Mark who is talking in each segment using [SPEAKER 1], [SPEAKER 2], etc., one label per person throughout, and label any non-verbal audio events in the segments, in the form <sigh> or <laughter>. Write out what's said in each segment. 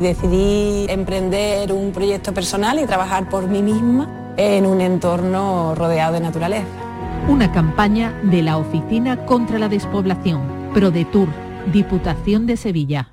[SPEAKER 1] Decidí emprender un proyecto personal y trabajar por mí misma en un entorno rodeado de naturaleza.
[SPEAKER 2] Una campaña de la Oficina contra la Despoblación, ProDetour, Diputación de Sevilla.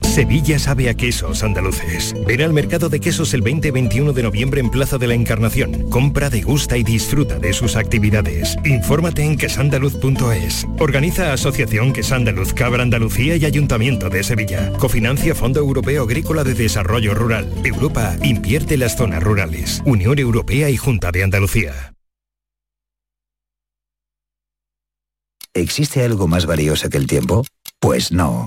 [SPEAKER 3] Sevilla sabe a quesos andaluces. Ven al mercado de quesos el 20-21 de noviembre en Plaza de la Encarnación. Compra, degusta y disfruta de sus actividades. Infórmate en quesandaluz.es. Organiza Asociación Quesandaluz Cabra Andalucía y Ayuntamiento de Sevilla. Cofinancia Fondo Europeo Agrícola de Desarrollo Rural. Europa invierte en las zonas rurales. Unión Europea y Junta de Andalucía.
[SPEAKER 4] ¿Existe algo más valioso que el tiempo? Pues no.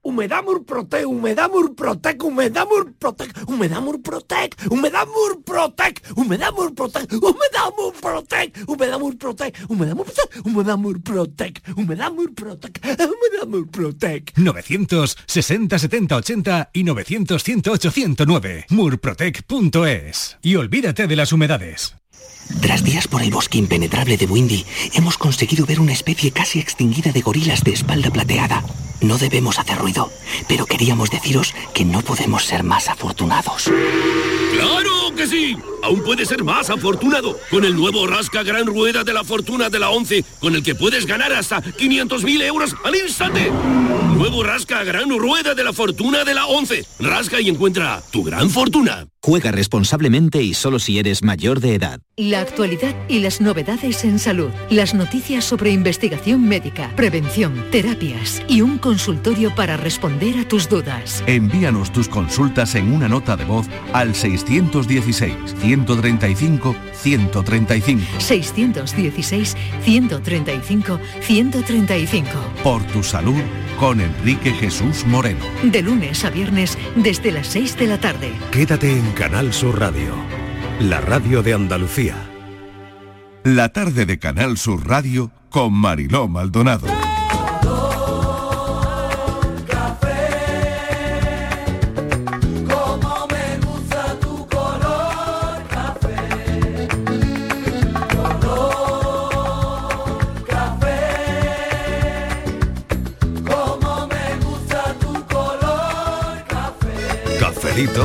[SPEAKER 5] Humedad Murprotec, humedad Murprotec, humedad Murprotec, humedad Murprotec, humedad Murprotec, humedad Murprotec, humedad Murprotec, humedad Murprotec, humedad Murprotec, humedad Murprotec, humedad Murprotec, humedad Murprotec.
[SPEAKER 6] 900 60 70 80 y 900 108 109 murprotec.es. Y olvídate de las humedades.
[SPEAKER 7] Tras días por el bosque impenetrable de Windy, hemos conseguido ver una especie casi extinguida de gorilas de espalda plateada. No debemos hacer ruido, pero queríamos deciros que no podemos ser más afortunados.
[SPEAKER 8] ¡Claro que sí! Aún puedes ser más afortunado con el nuevo Rasca Gran Rueda de la Fortuna de la 11, con el que puedes ganar hasta 500.000 euros al instante. Nuevo Rasca Gran Rueda de la Fortuna de la 11. Rasca y encuentra tu gran fortuna.
[SPEAKER 9] Juega responsablemente y solo si eres mayor de edad.
[SPEAKER 10] La actualidad y las novedades en salud, las noticias sobre investigación médica, prevención, terapias y un consultorio para responder a tus dudas.
[SPEAKER 11] Envíanos tus consultas en una nota de voz al 616-135-135.
[SPEAKER 10] 616-135-135.
[SPEAKER 11] Por tu salud con Enrique Jesús Moreno.
[SPEAKER 10] De lunes a viernes desde las 6 de la tarde.
[SPEAKER 12] Quédate en Canal Sur Radio, la radio de Andalucía.
[SPEAKER 11] La tarde de Canal Sur Radio con Mariló Maldonado.
[SPEAKER 13] Como me gusta tu color café, color café, como me gusta tu color café,
[SPEAKER 12] Cafelito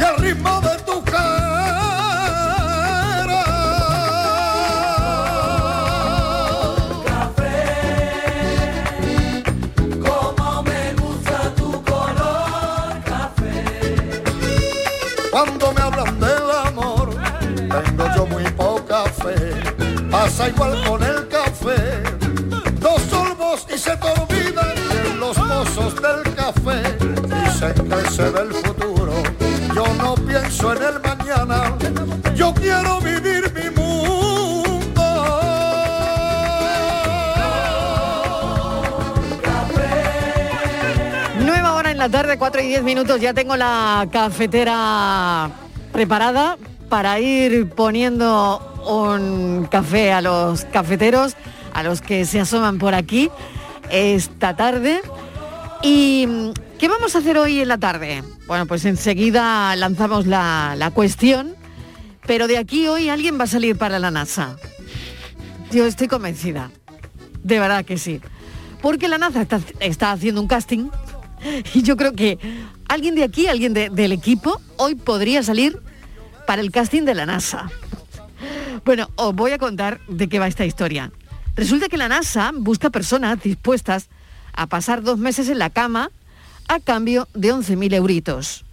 [SPEAKER 14] y el ritmo de tu
[SPEAKER 13] café, como me gusta tu color
[SPEAKER 14] pasa igual con el café. Dos sorbos y se te olvidan de los pozos del café. Dicen que se ve el futuro, yo no pienso en el mañana. Yo quiero vivir mi mundo.
[SPEAKER 12] Nueva hora en la tarde, 4 y 10 minutos. Ya tengo la cafetera preparada para ir poniendo un café a los cafeteros, a los que se asoman por aquí esta tarde. ¿Y mm, qué vamos a hacer hoy en la tarde? Bueno, pues enseguida lanzamos la, la cuestión, pero de aquí hoy alguien va a salir para la NASA. Yo estoy convencida, de verdad que sí. Porque la NASA está, está haciendo un casting <laughs> y yo creo que alguien de aquí, alguien de- del equipo, hoy podría salir para el casting de la NASA. <laughs> Bueno, os voy a contar de qué va esta historia. Resulta que la NASA busca personas dispuestas a pasar dos meses en la cama a cambio de 11.000 euritos.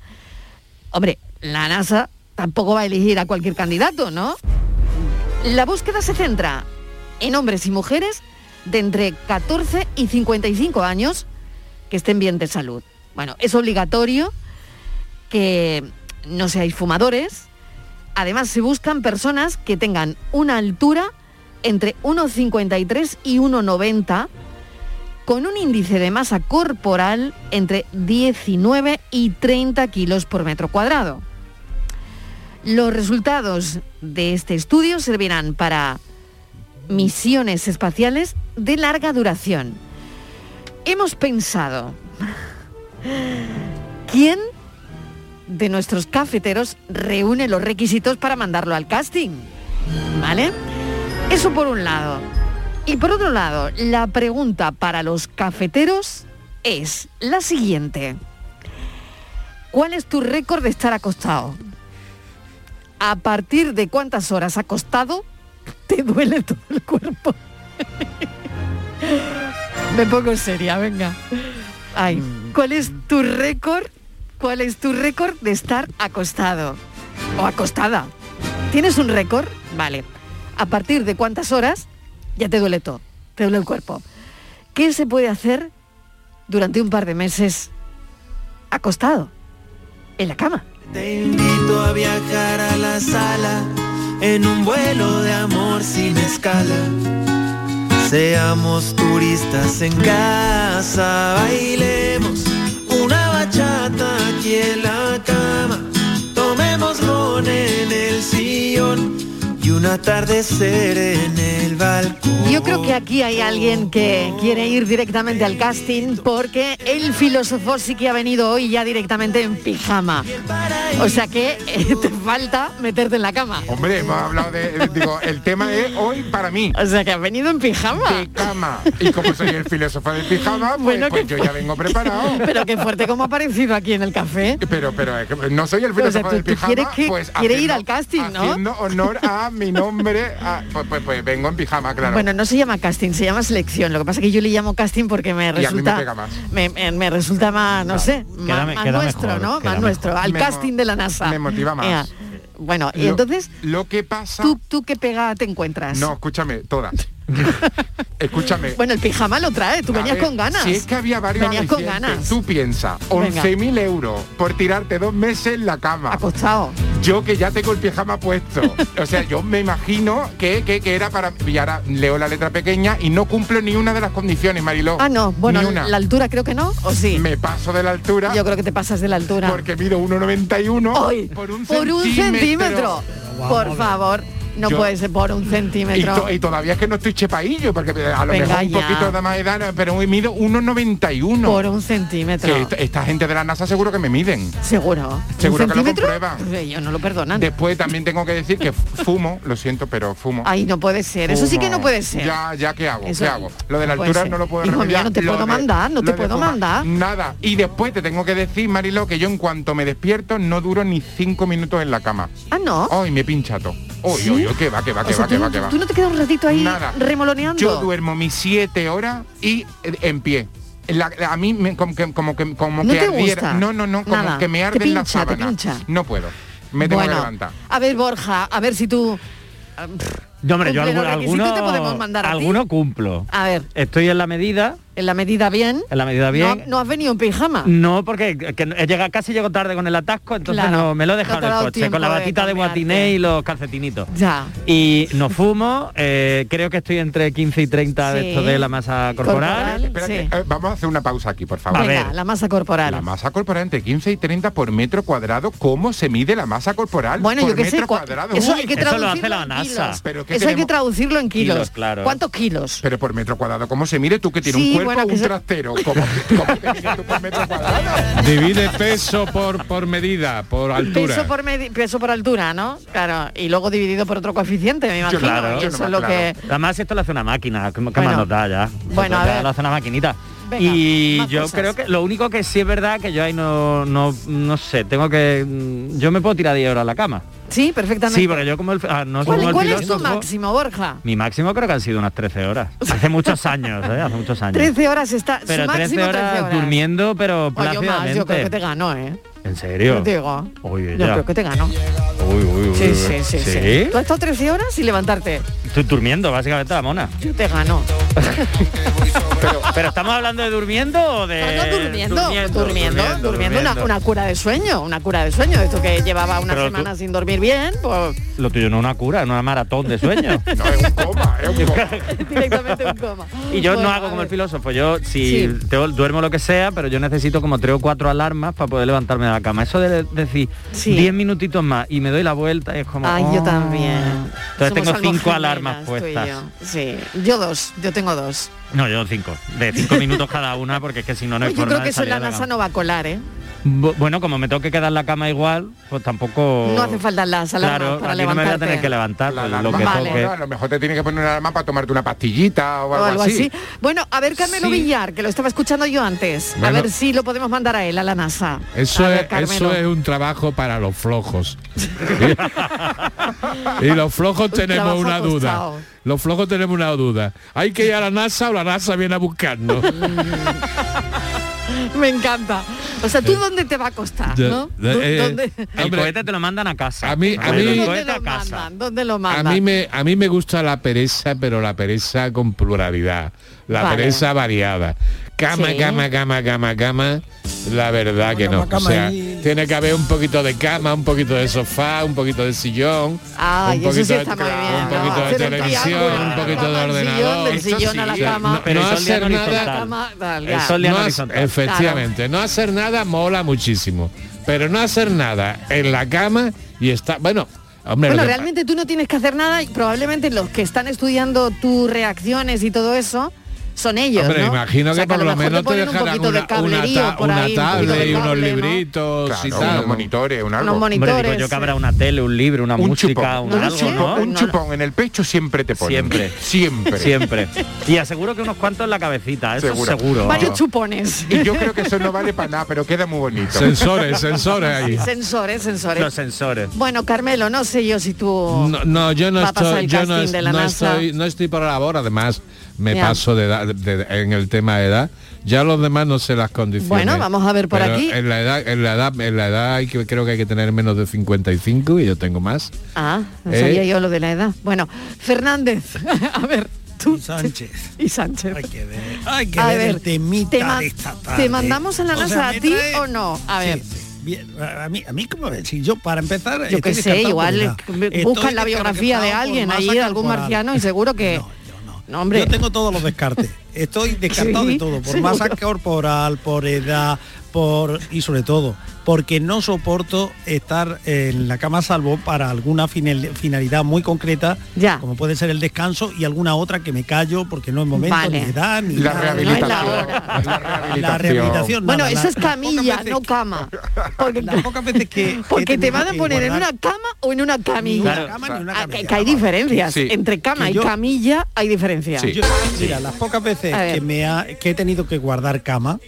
[SPEAKER 12] Hombre, la NASA tampoco va a elegir a cualquier candidato, ¿no? La búsqueda se centra en hombres y mujeres de entre 14 y 55 años que estén bien de salud. Bueno, es obligatorio que no seáis fumadores. Además, se buscan personas que tengan una altura entre 1,53 y 1,90, con un índice de masa corporal entre 19 y 30 kilos por metro cuadrado. Los resultados de este estudio servirán para misiones espaciales de larga duración. Hemos pensado, ¿quién de nuestros cafeteros reúne los requisitos para mandarlo al casting? ¿Vale? Eso por un lado. Y por otro lado, la pregunta para los cafeteros es la siguiente. ¿Cuál es tu récord de estar acostado? ¿A partir de cuántas horas acostado te duele todo el cuerpo? Me pongo seria, venga. Ay, ¿cuál es tu récord? ¿Cuál es tu récord de estar acostado o acostada? ¿Tienes un récord? Vale. ¿A partir de cuántas horas ya te duele todo? Te duele el cuerpo. ¿Qué se puede hacer durante un par de meses acostado en la cama?
[SPEAKER 5] Te invito a viajar a la sala en un vuelo de amor sin escala. Seamos turistas en casa, bailemos una bachata aquí en la cama. Tomemos ron en el sillón y un atardecer en el balcón.
[SPEAKER 12] Yo creo que aquí hay alguien que quiere ir directamente al casting porque el filósofo sí que ha venido hoy ya directamente en pijama. O sea que eh, <laughs> te falta meterte en la cama.
[SPEAKER 15] Hombre, hemos hablado de. eh, Digo, el tema es hoy para mí.
[SPEAKER 12] O sea que has venido en pijama.
[SPEAKER 15] De cama. <laughs> Y como soy el filósofo del pijama, pues,
[SPEAKER 12] <laughs> Bueno,
[SPEAKER 15] pues
[SPEAKER 12] qué
[SPEAKER 15] yo
[SPEAKER 12] fu-
[SPEAKER 15] ya vengo preparado.
[SPEAKER 12] <laughs> Pero qué fuerte como ha aparecido aquí en el café.
[SPEAKER 15] Pero, pero eh, no soy el
[SPEAKER 12] O sea,
[SPEAKER 15] filósofo
[SPEAKER 12] tú-
[SPEAKER 15] del
[SPEAKER 12] tú
[SPEAKER 15] pijama,
[SPEAKER 12] quieres que-
[SPEAKER 15] pues
[SPEAKER 12] quieres ir
[SPEAKER 15] haciendo-
[SPEAKER 12] al casting, ¿no?
[SPEAKER 15] Haciendo honor a Ah, mi nombre, a- pues, pues- pues vengo en pijama, claro.
[SPEAKER 12] Bueno, no se llama casting, se llama selección. Lo que pasa es que yo le llamo casting porque me
[SPEAKER 15] mí me
[SPEAKER 12] resulta
[SPEAKER 15] pega más.
[SPEAKER 12] Me, me- me resulta más, no sé,
[SPEAKER 15] Queda
[SPEAKER 12] más,
[SPEAKER 15] me-
[SPEAKER 12] más
[SPEAKER 15] queda
[SPEAKER 12] nuestro,
[SPEAKER 15] mejor,
[SPEAKER 12] ¿no?
[SPEAKER 15] queda
[SPEAKER 12] Más
[SPEAKER 15] mejor.
[SPEAKER 12] nuestro, al
[SPEAKER 15] Me mo-
[SPEAKER 12] casting de la NASA.
[SPEAKER 15] me motiva más.
[SPEAKER 12] Ea. Bueno, y
[SPEAKER 15] Lo-
[SPEAKER 12] entonces
[SPEAKER 15] lo que pasa
[SPEAKER 12] ¿tú, tú qué pega te encuentras?
[SPEAKER 15] No, escúchame, toda. escúchame.
[SPEAKER 12] Bueno, el pijama lo trae, tú
[SPEAKER 15] A
[SPEAKER 12] venías
[SPEAKER 15] ver,
[SPEAKER 12] con ganas.
[SPEAKER 15] Si es que había varios
[SPEAKER 12] Venías con
[SPEAKER 15] alicientes.
[SPEAKER 12] ganas.
[SPEAKER 15] Tú piensas,
[SPEAKER 12] Venga.
[SPEAKER 15] 11.000 euros por tirarte dos meses en la cama.
[SPEAKER 12] Acostado.
[SPEAKER 15] Yo que ya tengo el pijama
[SPEAKER 12] <laughs>
[SPEAKER 15] puesto. o sea, yo me imagino que, que, que era para... Y ahora leo la letra pequeña y no cumplo ni una de las condiciones, Mariló.
[SPEAKER 12] Ah, no, bueno,
[SPEAKER 15] Ni una.
[SPEAKER 12] la altura creo que no, ¿o sí?
[SPEAKER 15] Me paso de la altura.
[SPEAKER 12] Yo creo que te pasas de la altura.
[SPEAKER 15] Porque mido 1,91
[SPEAKER 12] Ay,
[SPEAKER 15] por un
[SPEAKER 12] por un
[SPEAKER 15] centímetro.
[SPEAKER 12] centímetro. Por favor, no
[SPEAKER 15] Yo-
[SPEAKER 12] puede ser por un
[SPEAKER 15] Y,
[SPEAKER 12] centímetro.
[SPEAKER 15] to- y todavía es que no estoy chepaillo, porque eh, a lo
[SPEAKER 12] Venga,
[SPEAKER 15] mejor un
[SPEAKER 12] ya.
[SPEAKER 15] poquito de más edad, no, pero hoy mido 1,91.
[SPEAKER 12] Por un centímetro.
[SPEAKER 15] Que esto- esta gente de la NASA seguro que me miden.
[SPEAKER 12] Seguro.
[SPEAKER 15] Seguro
[SPEAKER 12] ¿Un
[SPEAKER 15] que lo
[SPEAKER 12] centímetro?
[SPEAKER 15] comprueban.
[SPEAKER 12] Yo no lo perdonan.
[SPEAKER 15] Después también tengo que
[SPEAKER 12] <laughs>
[SPEAKER 15] decir que f- fumo, lo siento, pero fumo.
[SPEAKER 12] Ay, no puede ser. Eso sí que no
[SPEAKER 15] Fumo.
[SPEAKER 12] puede ser.
[SPEAKER 15] Ya, ya, ¿qué hago?
[SPEAKER 12] Eso
[SPEAKER 15] ¿Qué hago? Lo de la
[SPEAKER 12] no puede
[SPEAKER 15] altura
[SPEAKER 12] ser.
[SPEAKER 15] no lo puedo
[SPEAKER 12] Hijo mío,
[SPEAKER 15] remediar.
[SPEAKER 12] <laughs> no te
[SPEAKER 15] Lo
[SPEAKER 12] puedo
[SPEAKER 15] de-
[SPEAKER 12] mandar, no
[SPEAKER 15] lo
[SPEAKER 12] te
[SPEAKER 15] de
[SPEAKER 12] puedo
[SPEAKER 15] fumar,
[SPEAKER 12] mandar.
[SPEAKER 15] Nada. Y después te tengo que decir, Marilo, que yo en cuanto me despierto no duro ni cinco minutos en la cama.
[SPEAKER 12] Ah, no.
[SPEAKER 15] Ay, me pincha todo. Uy,
[SPEAKER 12] ¿Sí?
[SPEAKER 15] uy, uy, que va, que va,
[SPEAKER 12] O
[SPEAKER 15] que
[SPEAKER 12] sea,
[SPEAKER 15] va, que
[SPEAKER 12] tú-
[SPEAKER 15] va, que va.
[SPEAKER 12] Tú no te quedas un ratito ahí
[SPEAKER 15] Nada.
[SPEAKER 12] remoloneando.
[SPEAKER 15] Yo duermo mis siete horas y eh, en pie. La- la- a mí me- como que como que como
[SPEAKER 12] ¿No
[SPEAKER 15] que
[SPEAKER 12] te
[SPEAKER 15] ardiera.
[SPEAKER 12] gusta?
[SPEAKER 15] No, no, no, como
[SPEAKER 12] Nada.
[SPEAKER 15] que me
[SPEAKER 12] Te
[SPEAKER 15] arden las
[SPEAKER 12] pincha, te
[SPEAKER 15] sábanas.
[SPEAKER 12] pincha.
[SPEAKER 15] No puedo. Me tengo
[SPEAKER 12] Bueno,
[SPEAKER 15] que levantar.
[SPEAKER 12] A ver, Borja, a ver si tú... ah, pff,
[SPEAKER 16] No, hombre, yo
[SPEAKER 12] Cumple
[SPEAKER 16] alguno,
[SPEAKER 12] los requisitos,
[SPEAKER 16] alguno,
[SPEAKER 12] te podemos mandar a ti.
[SPEAKER 16] alguno cumplo.
[SPEAKER 12] A ver,
[SPEAKER 16] Estoy en la medida,
[SPEAKER 12] en la medida bien.
[SPEAKER 16] en la medida
[SPEAKER 12] No,
[SPEAKER 16] bien.
[SPEAKER 12] no has venido en pijama.
[SPEAKER 16] No, porque que he llegado- casi llego tarde con el atasco, entonces
[SPEAKER 12] Claro,
[SPEAKER 16] no, me lo he
[SPEAKER 12] no
[SPEAKER 16] dejado
[SPEAKER 12] te ha
[SPEAKER 16] en el
[SPEAKER 12] dado
[SPEAKER 16] coche, con la
[SPEAKER 12] tiempo de
[SPEAKER 16] batita de
[SPEAKER 12] cambiarte.
[SPEAKER 16] guatiné y los calcetinitos.
[SPEAKER 12] Ya.
[SPEAKER 16] Y no fumo, eh, creo que estoy entre 15 y 30 de
[SPEAKER 12] Sí.
[SPEAKER 16] esto de la masa corporal.
[SPEAKER 12] sí.
[SPEAKER 15] Eh, vamos a hacer una pausa aquí, por favor.
[SPEAKER 12] Venga, la masa corporal.
[SPEAKER 15] La masa corporal entre 15 y 30 por metro cuadrado, ¿cómo se mide la masa corporal
[SPEAKER 12] Bueno,
[SPEAKER 15] por
[SPEAKER 12] yo qué sé,
[SPEAKER 15] metro
[SPEAKER 12] cua-
[SPEAKER 15] cuadrado?
[SPEAKER 12] eso hay que
[SPEAKER 15] Uy,
[SPEAKER 12] traducirlo en kilos.
[SPEAKER 15] Pero ¿qué
[SPEAKER 12] eso hay que
[SPEAKER 15] tenemos?
[SPEAKER 12] traducirlo en kilos.
[SPEAKER 15] Kilos, claro.
[SPEAKER 12] ¿Cuántos kilos?
[SPEAKER 15] Pero por metro cuadrado, ¿cómo se mide tú que tienes
[SPEAKER 12] Sí,
[SPEAKER 15] un cuerpo
[SPEAKER 12] bueno, que
[SPEAKER 15] un
[SPEAKER 12] se-
[SPEAKER 15] trastero? ¿Cómo-
[SPEAKER 17] Divide peso por, por medida, por altura.
[SPEAKER 12] Peso por, medi- peso por altura, ¿no? Claro, y luego dividido por otro coeficiente, me imagino.
[SPEAKER 16] claro,
[SPEAKER 12] y eso es lo que...
[SPEAKER 16] ¿eh? Además esto lo hace una máquina, que que más nos da ya.
[SPEAKER 12] bueno, a
[SPEAKER 16] Ya
[SPEAKER 12] ver.
[SPEAKER 16] Lo hace una maquinita.
[SPEAKER 12] Venga,
[SPEAKER 16] y
[SPEAKER 12] más
[SPEAKER 16] yo
[SPEAKER 12] cosas.
[SPEAKER 16] creo que lo único que sí es verdad que yo ahí no, no, no sé, tengo que... mm, Yo me puedo tirar 10 horas a la cama.
[SPEAKER 12] Sí, perfectamente.
[SPEAKER 16] Sí, porque yo como el... ah, no
[SPEAKER 12] ¿Cuál,
[SPEAKER 16] como el
[SPEAKER 12] cuál es tu
[SPEAKER 16] filósofo.
[SPEAKER 12] máximo, Borja?
[SPEAKER 16] Mi máximo creo que han sido unas 13 horas. Hace muchos años, ¿eh? Hace muchos años.
[SPEAKER 12] 13 horas está... su
[SPEAKER 16] pero 13
[SPEAKER 12] máximo
[SPEAKER 16] horas,
[SPEAKER 12] 13 horas.
[SPEAKER 16] durmiendo, pero
[SPEAKER 12] Oye, yo más, yo creo que
[SPEAKER 16] plácidamente.
[SPEAKER 12] te ganó, ¿eh?
[SPEAKER 16] ¿En serio?
[SPEAKER 12] Yo te digo.
[SPEAKER 16] Oye,
[SPEAKER 12] Yo
[SPEAKER 16] ya.
[SPEAKER 12] creo que te ganó.
[SPEAKER 16] Uy, uy, uy,
[SPEAKER 12] Sí,
[SPEAKER 16] uy.
[SPEAKER 12] sí, sí, sí.
[SPEAKER 16] ¿Sí?
[SPEAKER 12] Tú has estado 13 horas y levantarte.
[SPEAKER 16] Estoy durmiendo, básicamente, la mona.
[SPEAKER 12] Yo te ganó.
[SPEAKER 16] Pero, pero estamos hablando de durmiendo o de...
[SPEAKER 12] durmiendo, durmiendo, durmiendo, Una, una cura de sueño, una cura de sueño. Esto que llevaba una
[SPEAKER 16] Pero tú-
[SPEAKER 12] semana sin dormir bien, pues
[SPEAKER 16] Lo tuyo no es una cura, no es una maratón de
[SPEAKER 17] <laughs>
[SPEAKER 16] sueños. <laughs>
[SPEAKER 12] directamente un coma.
[SPEAKER 16] Y yo
[SPEAKER 12] Bueno,
[SPEAKER 16] no hago
[SPEAKER 12] a
[SPEAKER 16] como el
[SPEAKER 12] ver.
[SPEAKER 16] filósofo, yo si
[SPEAKER 12] Sí.
[SPEAKER 16] tengo- duermo lo que sea, pero yo necesito como tres o cuatro alarmas para poder levantarme de la cama. Eso de decir
[SPEAKER 12] Sí.
[SPEAKER 16] diez minutitos más y me doy la vuelta es como...
[SPEAKER 12] Ay, yo
[SPEAKER 16] oh.
[SPEAKER 12] también.
[SPEAKER 16] Entonces
[SPEAKER 12] Somos
[SPEAKER 16] tengo cinco
[SPEAKER 12] almogemelas,
[SPEAKER 16] alarmas
[SPEAKER 12] tú y
[SPEAKER 16] puestas.
[SPEAKER 12] yo. Sí, yo dos, yo tengo dos.
[SPEAKER 16] No, yo cinco. De cinco minutos cada una, porque es que si no, no hay
[SPEAKER 12] yo
[SPEAKER 16] forma
[SPEAKER 12] creo
[SPEAKER 16] de
[SPEAKER 12] que eso
[SPEAKER 16] salir
[SPEAKER 12] en la
[SPEAKER 16] de la
[SPEAKER 12] NASA
[SPEAKER 16] cama.
[SPEAKER 12] no va a colar, ¿eh?
[SPEAKER 16] Bu- Bueno, como me tengo que quedar en la cama igual, pues tampoco...
[SPEAKER 12] No hace falta las alarmas
[SPEAKER 16] Claro,
[SPEAKER 12] para
[SPEAKER 16] aquí no me voy a
[SPEAKER 12] levantarte.
[SPEAKER 16] tener que levantar, pues, lo que
[SPEAKER 12] Vale.
[SPEAKER 16] toque.
[SPEAKER 15] A lo mejor te tienes que poner una alarma para tomarte una pastillita o
[SPEAKER 12] O
[SPEAKER 15] algo,
[SPEAKER 12] algo así. Bueno, a ver Carmelo
[SPEAKER 15] Sí.
[SPEAKER 12] Villar, que lo estaba escuchando yo antes.
[SPEAKER 17] Bueno.
[SPEAKER 12] A ver si lo podemos mandar a él, a la NASA.
[SPEAKER 17] Eso,
[SPEAKER 12] A ver,
[SPEAKER 17] es, eso
[SPEAKER 12] Carmelo.
[SPEAKER 17] es un trabajo para los flojos. y los flojos
[SPEAKER 12] Un
[SPEAKER 17] tenemos
[SPEAKER 12] trabajo
[SPEAKER 17] una
[SPEAKER 12] acostado.
[SPEAKER 17] duda. Los flojos tenemos una duda. ¿Hay que ir a la NASA o la NASA viene a buscarnos?
[SPEAKER 12] <laughs> Me encanta. O sea, ¿tú dónde te va a costar?
[SPEAKER 17] Eh, Ya,
[SPEAKER 12] ¿no?
[SPEAKER 17] ya,
[SPEAKER 12] ¿Dó-
[SPEAKER 17] eh,
[SPEAKER 12] ¿Dónde, <laughs>
[SPEAKER 17] El
[SPEAKER 16] cohete te lo mandan a casa.
[SPEAKER 17] A mí, a
[SPEAKER 16] Pero
[SPEAKER 17] mí,
[SPEAKER 16] el
[SPEAKER 12] dónde
[SPEAKER 16] cohete
[SPEAKER 12] lo
[SPEAKER 16] a casa.
[SPEAKER 12] mandan? ¿Dónde lo
[SPEAKER 17] a
[SPEAKER 12] mandan?
[SPEAKER 17] mí me, a mí me gusta la pereza, pero la pereza con pluralidad. La
[SPEAKER 12] Vale.
[SPEAKER 17] pereza variada. Cama,
[SPEAKER 12] Sí.
[SPEAKER 17] cama, cama, cama, cama. La verdad que no.
[SPEAKER 12] cama,
[SPEAKER 17] o sea,
[SPEAKER 12] cama
[SPEAKER 17] tiene que haber un poquito de cama, un poquito de sofá, un poquito de sillón.
[SPEAKER 12] Ah,
[SPEAKER 17] un
[SPEAKER 12] y eso sí
[SPEAKER 17] poquito de-
[SPEAKER 12] está muy bien.
[SPEAKER 17] un poquito de
[SPEAKER 12] Hacer un
[SPEAKER 17] televisión,
[SPEAKER 12] triángulo,
[SPEAKER 17] un poquito de
[SPEAKER 12] cama al sillón,
[SPEAKER 17] ordenador.
[SPEAKER 12] del sillón a la
[SPEAKER 17] O sea,
[SPEAKER 12] cama.
[SPEAKER 17] no- no
[SPEAKER 12] Pero eso al día
[SPEAKER 17] hacer
[SPEAKER 12] horizontal.
[SPEAKER 17] nada.
[SPEAKER 12] Cama, tal,
[SPEAKER 17] El
[SPEAKER 12] ya.
[SPEAKER 17] sol de
[SPEAKER 12] No
[SPEAKER 17] Ana
[SPEAKER 12] hace-
[SPEAKER 17] Horizontal. efectivamente, no hacer nada mola muchísimo, pero no hacer nada en la cama y está, bueno, hombre, lo
[SPEAKER 12] Bueno,
[SPEAKER 17] que-
[SPEAKER 12] realmente tú no tienes que hacer nada y probablemente los que están estudiando tus reacciones y todo eso son ellos,
[SPEAKER 17] hombre,
[SPEAKER 12] ¿no?
[SPEAKER 17] imagino
[SPEAKER 12] O sea,
[SPEAKER 17] que
[SPEAKER 12] a
[SPEAKER 17] por
[SPEAKER 12] lo
[SPEAKER 17] lo
[SPEAKER 12] mejor
[SPEAKER 17] menos te
[SPEAKER 12] ponen un
[SPEAKER 17] dejarán
[SPEAKER 12] poquito de
[SPEAKER 17] una,
[SPEAKER 12] cablerío
[SPEAKER 17] una ta-
[SPEAKER 12] por
[SPEAKER 17] una
[SPEAKER 12] ahí, un poquito
[SPEAKER 17] tablet
[SPEAKER 12] de
[SPEAKER 17] y unos
[SPEAKER 12] cable, ¿no?
[SPEAKER 17] libritos y
[SPEAKER 15] Claro,
[SPEAKER 17] tal.
[SPEAKER 15] unos monitores, un algo.
[SPEAKER 12] Unos
[SPEAKER 16] Hombre, digo yo
[SPEAKER 12] monitores,
[SPEAKER 16] que habrá una tele, un libro, una música, un algo, ¿no?
[SPEAKER 15] un chupón en el pecho siempre te ponen.
[SPEAKER 16] Siempre.
[SPEAKER 15] Siempre.
[SPEAKER 16] Siempre. Y aseguro que unos cuantos en la cabecita, eso seguro.
[SPEAKER 15] Seguro.
[SPEAKER 12] Varios
[SPEAKER 17] <laughs>
[SPEAKER 12] chupones.
[SPEAKER 15] Y yo creo que eso no
[SPEAKER 12] <laughs>
[SPEAKER 15] vale para nada, pero queda muy bonito.
[SPEAKER 17] Sensores, sensores ahí.
[SPEAKER 12] Sensores, sensores.
[SPEAKER 16] Los sensores.
[SPEAKER 12] Bueno, Carmelo, no sé yo si tú...
[SPEAKER 17] No, no, yo no
[SPEAKER 12] va a pasar
[SPEAKER 17] estoy,
[SPEAKER 12] el
[SPEAKER 17] yo no,
[SPEAKER 12] casting
[SPEAKER 17] es-
[SPEAKER 12] de la
[SPEAKER 17] no
[SPEAKER 12] NASA.
[SPEAKER 17] estoy, no estoy por la labor, además me
[SPEAKER 12] Ya.
[SPEAKER 17] paso de edad, de- de- en el tema de edad. Ya los demás no sé las condiciones.
[SPEAKER 12] Bueno, vamos a ver por
[SPEAKER 17] eh, Pero
[SPEAKER 12] aquí.
[SPEAKER 17] En la edad, en la edad, en la edad hay que, creo que hay que tener menos de 55 y yo tengo más.
[SPEAKER 12] Ah, no
[SPEAKER 17] Eh.
[SPEAKER 12] sabía yo lo de la edad. Bueno, Fernández, <laughs> a ver, tú... Sánchez. Y Sánchez. Hay que ver,
[SPEAKER 18] hay que ver el temita de esta tarde.
[SPEAKER 12] ¿Te mandamos a la
[SPEAKER 18] O sea,
[SPEAKER 12] NASA a
[SPEAKER 18] me
[SPEAKER 12] ti
[SPEAKER 18] trae-
[SPEAKER 12] o no? A
[SPEAKER 18] Sí,
[SPEAKER 12] ver.
[SPEAKER 18] bien, a mí, a mí como si yo para empezar
[SPEAKER 12] Yo
[SPEAKER 18] estoy
[SPEAKER 12] qué sé,
[SPEAKER 18] descartado
[SPEAKER 12] igual
[SPEAKER 18] por una.
[SPEAKER 12] eh,
[SPEAKER 18] Estoy
[SPEAKER 12] buscan la biografía de
[SPEAKER 18] descartado por
[SPEAKER 12] alguien
[SPEAKER 18] masa
[SPEAKER 12] ahí, de algún
[SPEAKER 18] corporal.
[SPEAKER 12] marciano, y seguro que... No, hombre.
[SPEAKER 18] Yo tengo todos los descartes.
[SPEAKER 12] <laughs>
[SPEAKER 18] Estoy descartado
[SPEAKER 12] Sí,
[SPEAKER 18] de todo, por
[SPEAKER 12] seguro.
[SPEAKER 18] masa corporal, por edad, por y sobre todo porque no soporto estar en la cama salvo para alguna final- finalidad muy concreta, como puede ser el descanso y alguna otra que me callo porque no es momento
[SPEAKER 12] Vale.
[SPEAKER 18] ni edad ni
[SPEAKER 15] La
[SPEAKER 18] nada.
[SPEAKER 15] rehabilitación.
[SPEAKER 18] La rehabilitación.
[SPEAKER 12] Bueno,
[SPEAKER 18] nada,
[SPEAKER 12] eso
[SPEAKER 18] la-
[SPEAKER 12] es camilla, no
[SPEAKER 18] <laughs>
[SPEAKER 12] cama. Porque, <laughs> porque te van a poner en una cama o en una camilla.
[SPEAKER 18] Ni una cama, ni una
[SPEAKER 12] Ah, que, que hay diferencias.
[SPEAKER 18] Sí.
[SPEAKER 12] Entre cama
[SPEAKER 18] Que
[SPEAKER 12] y
[SPEAKER 18] yo-
[SPEAKER 12] camilla hay diferencias.
[SPEAKER 18] Yo- mira, las pocas veces
[SPEAKER 12] A ver.
[SPEAKER 18] que me ha- que he tenido que guardar cama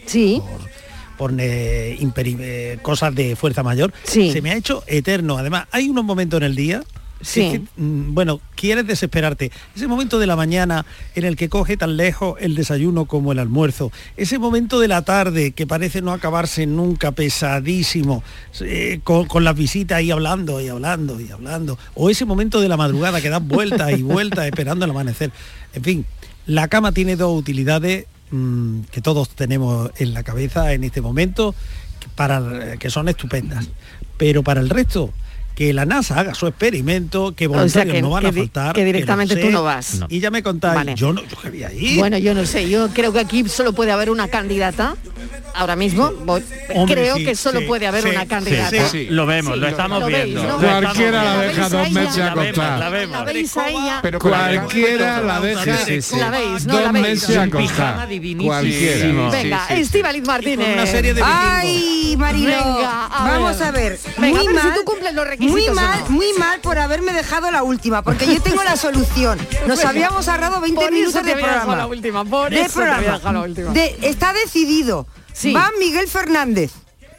[SPEAKER 18] por, por, eh, imperi- eh, cosas de fuerza mayor, se me ha hecho eterno. Además, hay unos momentos en el día
[SPEAKER 12] Sí.
[SPEAKER 18] Es que, mm, bueno, quieres desesperarte. Ese momento de la mañana en el que coge tan lejos el desayuno como el almuerzo. Ese momento de la tarde que parece no acabarse nunca, pesadísimo, eh, con, con las visitas ahí hablando y hablando y hablando. O ese momento de la madrugada que das vueltas y vueltas esperando el amanecer. En fin, la cama tiene dos utilidades mm, que todos tenemos en la cabeza en este momento, que, para, que son estupendas. Pero para el resto, que la NASA haga su experimento, que
[SPEAKER 12] O sea,
[SPEAKER 18] voluntarios
[SPEAKER 12] que-
[SPEAKER 18] no van a
[SPEAKER 12] que di-
[SPEAKER 18] faltar.
[SPEAKER 12] que directamente
[SPEAKER 18] lo
[SPEAKER 12] tú no vas. No.
[SPEAKER 18] Y ya me contáis,
[SPEAKER 12] Vale.
[SPEAKER 18] yo no, yo quería ir.
[SPEAKER 12] Bueno, yo no sé, yo creo que aquí solo puede haber una candidata. Ahora mismo, voy-
[SPEAKER 18] Hombre,
[SPEAKER 12] creo
[SPEAKER 18] sí,
[SPEAKER 12] que solo
[SPEAKER 18] sí,
[SPEAKER 12] puede haber
[SPEAKER 18] sí,
[SPEAKER 12] una
[SPEAKER 18] sí,
[SPEAKER 12] candidata.
[SPEAKER 18] sí.
[SPEAKER 16] Lo vemos,
[SPEAKER 18] Sí,
[SPEAKER 16] lo
[SPEAKER 18] lo-
[SPEAKER 16] estamos
[SPEAKER 18] lo veis,
[SPEAKER 16] viendo.
[SPEAKER 18] ¿no?
[SPEAKER 16] lo estamos
[SPEAKER 17] Cualquiera la
[SPEAKER 16] viendo.
[SPEAKER 17] deja dos meses
[SPEAKER 16] La vemos,
[SPEAKER 17] acostada.
[SPEAKER 16] La vemos.
[SPEAKER 12] La veis a ella.
[SPEAKER 17] Pero cualquiera la deja
[SPEAKER 16] Sí, sí, sí.
[SPEAKER 12] La veis, no
[SPEAKER 17] dos
[SPEAKER 12] la veis.
[SPEAKER 17] meses
[SPEAKER 12] Un
[SPEAKER 17] acostada.
[SPEAKER 12] pijama
[SPEAKER 17] Cualquiera.
[SPEAKER 12] Venga,
[SPEAKER 17] Sí, sí, sí.
[SPEAKER 12] Estíbaliz Martínez.
[SPEAKER 18] una serie de
[SPEAKER 19] Ay, Marilo,
[SPEAKER 12] Venga, a
[SPEAKER 19] vamos
[SPEAKER 12] ver.
[SPEAKER 19] a ver.
[SPEAKER 12] Venga,
[SPEAKER 19] muy
[SPEAKER 12] a ver si
[SPEAKER 19] mal,
[SPEAKER 12] tú cumples los requisitos
[SPEAKER 19] muy
[SPEAKER 12] o
[SPEAKER 19] mal,
[SPEAKER 12] no.
[SPEAKER 19] muy mal por haberme dejado la última, porque yo tengo
[SPEAKER 12] <laughs>
[SPEAKER 19] la solución. Nos habíamos ahorrado 20
[SPEAKER 12] Por eso
[SPEAKER 19] minutos
[SPEAKER 12] te
[SPEAKER 19] de
[SPEAKER 12] había dejado
[SPEAKER 19] programa.
[SPEAKER 12] la última, por
[SPEAKER 19] de
[SPEAKER 12] eso te había
[SPEAKER 19] programa.
[SPEAKER 12] dejado la última.
[SPEAKER 19] De- está decidido. Va Miguel Fernández.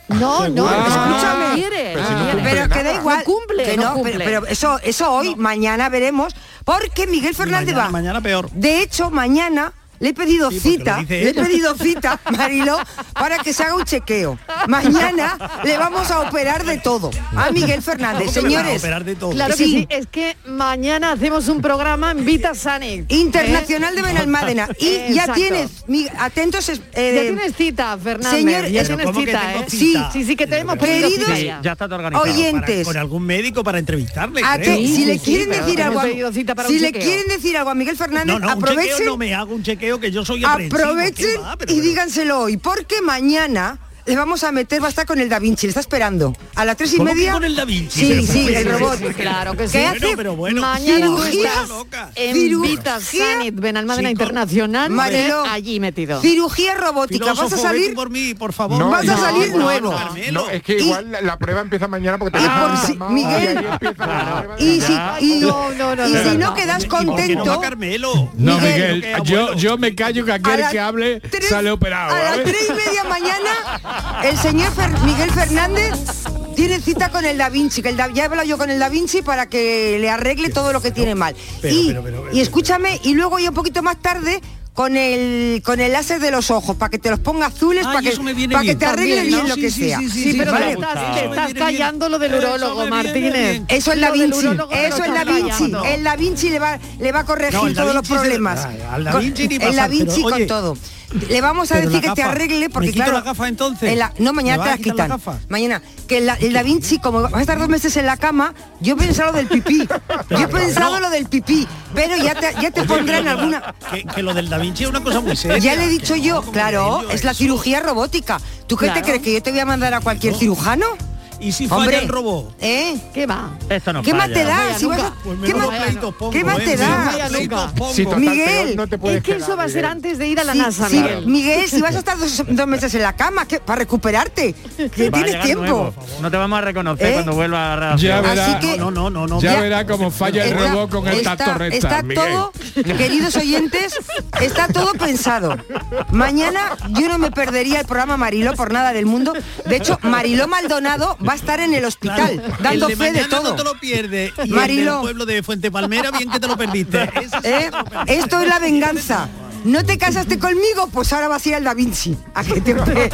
[SPEAKER 12] No, no,
[SPEAKER 19] escúchame.
[SPEAKER 12] quiere,
[SPEAKER 19] Pero,
[SPEAKER 12] no quiere.
[SPEAKER 19] que da
[SPEAKER 12] No
[SPEAKER 19] igual.
[SPEAKER 12] cumple,
[SPEAKER 19] que
[SPEAKER 12] no
[SPEAKER 19] no,
[SPEAKER 12] cumple.
[SPEAKER 19] Pero, pero eso, eso hoy, mañana veremos, porque Miguel Fernández
[SPEAKER 18] mañana-
[SPEAKER 19] va.
[SPEAKER 18] mañana peor.
[SPEAKER 19] De hecho, mañana le he pedido
[SPEAKER 18] Sí, porque
[SPEAKER 19] cita,
[SPEAKER 18] lo dice
[SPEAKER 19] le he
[SPEAKER 18] él.
[SPEAKER 19] pedido cita, Marilo, para que se haga un chequeo. Mañana le vamos a operar de todo a
[SPEAKER 12] <laughs>
[SPEAKER 19] Miguel Fernández,
[SPEAKER 18] Hombre,
[SPEAKER 19] señores.
[SPEAKER 18] para operar de todo.
[SPEAKER 12] Claro que sí. es que mañana hacemos un programa en Vita Sanic.
[SPEAKER 19] Internacional de
[SPEAKER 12] <laughs>
[SPEAKER 19] Benalmádena. Y ya
[SPEAKER 12] Exacto.
[SPEAKER 19] tienes, mi- atentos. es- eh,
[SPEAKER 12] Ya tienes cita, Fernández.
[SPEAKER 19] Señor,
[SPEAKER 12] ya
[SPEAKER 19] eh,
[SPEAKER 12] tienes
[SPEAKER 19] ¿cómo que
[SPEAKER 12] cita,
[SPEAKER 19] tengo
[SPEAKER 12] ¿eh?
[SPEAKER 19] cita?
[SPEAKER 12] Sí, sí, sí, que te hemos pedido
[SPEAKER 19] Queridos
[SPEAKER 12] cita ya.
[SPEAKER 18] ya está todo organizado.
[SPEAKER 19] oyentes.
[SPEAKER 18] Para- con algún médico para entrevistarle.
[SPEAKER 19] a
[SPEAKER 18] creo.
[SPEAKER 19] que- si le quieren
[SPEAKER 18] pero
[SPEAKER 19] decir
[SPEAKER 18] hemos
[SPEAKER 19] algo, a-
[SPEAKER 18] pedido cita para
[SPEAKER 19] si
[SPEAKER 18] un
[SPEAKER 19] le
[SPEAKER 18] chequeo.
[SPEAKER 19] quieren decir algo a Miguel Fernández,
[SPEAKER 18] no, no, un
[SPEAKER 19] aprovechen
[SPEAKER 18] chequeo no me hago un chequeo que yo soy aprensivo, ¿qué
[SPEAKER 19] aprovechen
[SPEAKER 18] va? Pero
[SPEAKER 19] y díganselo hoy, porque mañana le vamos a meter, va a estar con el Da Vinci, le está esperando. A las tres y
[SPEAKER 18] ¿Cómo que
[SPEAKER 19] media.
[SPEAKER 18] con el Da Vinci?
[SPEAKER 19] Sí,
[SPEAKER 18] Pero,
[SPEAKER 19] sí,
[SPEAKER 18] pero,
[SPEAKER 19] el
[SPEAKER 18] pero,
[SPEAKER 19] robot.
[SPEAKER 18] pero, pero,
[SPEAKER 12] Claro que sí.
[SPEAKER 19] ¿Qué hace?
[SPEAKER 12] Mañana tú
[SPEAKER 19] Cirugía-
[SPEAKER 12] estás en
[SPEAKER 19] cirugía-
[SPEAKER 12] Vita Sanit, Benalmádena
[SPEAKER 19] Sí, con-
[SPEAKER 12] Internacional,
[SPEAKER 19] Mariló,
[SPEAKER 12] eh, allí metido.
[SPEAKER 19] Cirugía robótica, vas a
[SPEAKER 18] filósofo, ve tú
[SPEAKER 19] salir.
[SPEAKER 18] por mí, por favor.
[SPEAKER 15] No,
[SPEAKER 19] vas a
[SPEAKER 15] no,
[SPEAKER 19] salir
[SPEAKER 15] no,
[SPEAKER 19] nuevo. Ah,
[SPEAKER 15] No, es que igual la, la prueba empieza mañana porque te dejan
[SPEAKER 19] por si-
[SPEAKER 15] mamado y
[SPEAKER 19] Miguel,
[SPEAKER 15] ahí empieza la prueba.
[SPEAKER 19] y si, y-
[SPEAKER 12] No, no, no,
[SPEAKER 19] y
[SPEAKER 12] no,
[SPEAKER 19] si
[SPEAKER 12] no,
[SPEAKER 19] no quedas
[SPEAKER 18] Porque no va
[SPEAKER 19] contento,
[SPEAKER 18] Carmelo.
[SPEAKER 17] No,
[SPEAKER 19] Miguel,
[SPEAKER 17] Miguel, yo, yo me callo que
[SPEAKER 19] A
[SPEAKER 17] aquel
[SPEAKER 19] las
[SPEAKER 17] que hable
[SPEAKER 19] tres-
[SPEAKER 17] sale operado. ¿eh?
[SPEAKER 19] a las
[SPEAKER 18] ¿eh?
[SPEAKER 17] ¿vale?
[SPEAKER 19] tres y media mañana, el señor Fer- Miguel Fernández tiene cita con el Da Vinci, que el Da- ya he hablado yo con el Da Vinci para que le arregle todo lo que tiene mal. y, y escúchame, y luego ya un poquito más tarde con el con el láser de los ojos para que te los ponga azules
[SPEAKER 18] Ay,
[SPEAKER 19] para que
[SPEAKER 18] eso me viene
[SPEAKER 19] para que
[SPEAKER 18] bien.
[SPEAKER 19] te arregle
[SPEAKER 18] También,
[SPEAKER 19] bien
[SPEAKER 18] ¿no?
[SPEAKER 19] lo
[SPEAKER 18] Sí,
[SPEAKER 19] que
[SPEAKER 18] sí,
[SPEAKER 19] sea
[SPEAKER 18] sí, sí,
[SPEAKER 12] Sí, pero te
[SPEAKER 19] ¿vale?
[SPEAKER 12] estás,
[SPEAKER 18] Eso
[SPEAKER 12] te
[SPEAKER 18] me
[SPEAKER 12] estás
[SPEAKER 18] viene
[SPEAKER 12] callando lo del
[SPEAKER 18] Eso
[SPEAKER 12] urólogo,
[SPEAKER 18] me viene
[SPEAKER 12] Martínez.
[SPEAKER 18] bien.
[SPEAKER 19] eso es
[SPEAKER 12] Lo
[SPEAKER 19] Da
[SPEAKER 12] del
[SPEAKER 19] Vinci
[SPEAKER 12] urólogo te lo
[SPEAKER 19] eso es Da
[SPEAKER 12] estás
[SPEAKER 19] Vinci
[SPEAKER 12] callando.
[SPEAKER 19] el Da Vinci le va le va a corregir
[SPEAKER 18] No, el Da
[SPEAKER 19] todos los
[SPEAKER 18] Vinci se-
[SPEAKER 19] problemas
[SPEAKER 18] Ah, al Da
[SPEAKER 19] Con-
[SPEAKER 18] Vinci ni
[SPEAKER 19] el
[SPEAKER 18] pasar,
[SPEAKER 19] Da Vinci
[SPEAKER 18] pero,
[SPEAKER 19] con
[SPEAKER 18] oye,
[SPEAKER 19] todo le vamos a
[SPEAKER 18] pero
[SPEAKER 19] decir que
[SPEAKER 18] la
[SPEAKER 19] te
[SPEAKER 18] gafa,
[SPEAKER 19] arregle porque
[SPEAKER 18] ¿me quito
[SPEAKER 19] claro
[SPEAKER 18] la gafa, entonces?
[SPEAKER 19] en la- no mañana
[SPEAKER 18] ¿Me
[SPEAKER 19] te
[SPEAKER 18] vas
[SPEAKER 19] la
[SPEAKER 18] a quitar la
[SPEAKER 19] quitan
[SPEAKER 18] gafa?
[SPEAKER 19] mañana que la- el Da Vinci como vas a estar dos meses en la cama yo he pensado lo del
[SPEAKER 18] <laughs>
[SPEAKER 19] pipí yo he pensado lo del pipí pero ya te, ya te pondrán alguna
[SPEAKER 18] Que, que lo del Da Vinci es una cosa muy seria.
[SPEAKER 19] ya le he dicho
[SPEAKER 18] que
[SPEAKER 19] yo,
[SPEAKER 18] no, como
[SPEAKER 19] claro,
[SPEAKER 18] digo,
[SPEAKER 19] es la
[SPEAKER 18] eso.
[SPEAKER 19] cirugía robótica. ¿Tú qué te
[SPEAKER 18] Claro.
[SPEAKER 19] crees que yo te voy a mandar a cualquier cirujano?
[SPEAKER 18] ¿Y si falla
[SPEAKER 19] Hombre,
[SPEAKER 18] el robot?
[SPEAKER 19] ¿eh?
[SPEAKER 12] ¿Qué va?
[SPEAKER 16] Esto no
[SPEAKER 19] ¿Qué más
[SPEAKER 16] falla.
[SPEAKER 19] te
[SPEAKER 12] No
[SPEAKER 19] da?
[SPEAKER 12] vaya
[SPEAKER 19] Si vas a-
[SPEAKER 12] nunca.
[SPEAKER 19] ¿Qué
[SPEAKER 18] menudo
[SPEAKER 19] más,
[SPEAKER 18] pleitos pongo,
[SPEAKER 19] qué más
[SPEAKER 18] ¿eh?
[SPEAKER 19] te
[SPEAKER 18] Menudo
[SPEAKER 19] da?
[SPEAKER 18] pleitos pongo.
[SPEAKER 15] Si total,
[SPEAKER 19] Miguel,
[SPEAKER 15] peor no te puedes
[SPEAKER 12] Es que eso
[SPEAKER 15] quedar,
[SPEAKER 12] va a ser
[SPEAKER 15] Miguel.
[SPEAKER 12] antes de ir a la
[SPEAKER 19] Sí,
[SPEAKER 12] NASA,
[SPEAKER 19] sí,
[SPEAKER 12] Miguel.
[SPEAKER 19] Miguel, si vas a estar dos, dos meses en la cama, ¿qué- para recuperarte, que
[SPEAKER 16] Va a
[SPEAKER 19] tienes
[SPEAKER 16] llegar
[SPEAKER 19] tiempo.
[SPEAKER 16] nuevo. No te vamos a reconocer
[SPEAKER 19] ¿Eh?
[SPEAKER 16] cuando vuelva a la
[SPEAKER 17] Ya
[SPEAKER 16] radio.
[SPEAKER 17] verá.
[SPEAKER 19] Así que-
[SPEAKER 18] No, no, no, no.
[SPEAKER 17] Ya
[SPEAKER 19] Ya.
[SPEAKER 17] verá cómo falla el
[SPEAKER 19] Está-
[SPEAKER 17] robot con el
[SPEAKER 19] está-
[SPEAKER 17] tacto rectal,
[SPEAKER 19] Está
[SPEAKER 17] Miguel.
[SPEAKER 19] todo, queridos oyentes, está todo pensado. Mañana yo no me perdería el programa Mariló por nada del mundo. De hecho, Mariló Maldonado va a estar en el hospital
[SPEAKER 18] Claro,
[SPEAKER 19] dando
[SPEAKER 18] el
[SPEAKER 19] fe
[SPEAKER 18] de
[SPEAKER 19] de
[SPEAKER 18] mañana
[SPEAKER 19] todo.
[SPEAKER 18] No te lo pierdes. Y el
[SPEAKER 19] Mariló.
[SPEAKER 18] del pueblo de Fuente Palmera, bien que te lo perdiste. Ese sí
[SPEAKER 19] <laughs> ¿Eh?
[SPEAKER 18] te lo perdiste.
[SPEAKER 19] Esto es la venganza. ¿No te casaste conmigo? Pues ahora vas a ir al Da Vinci. A que te opere.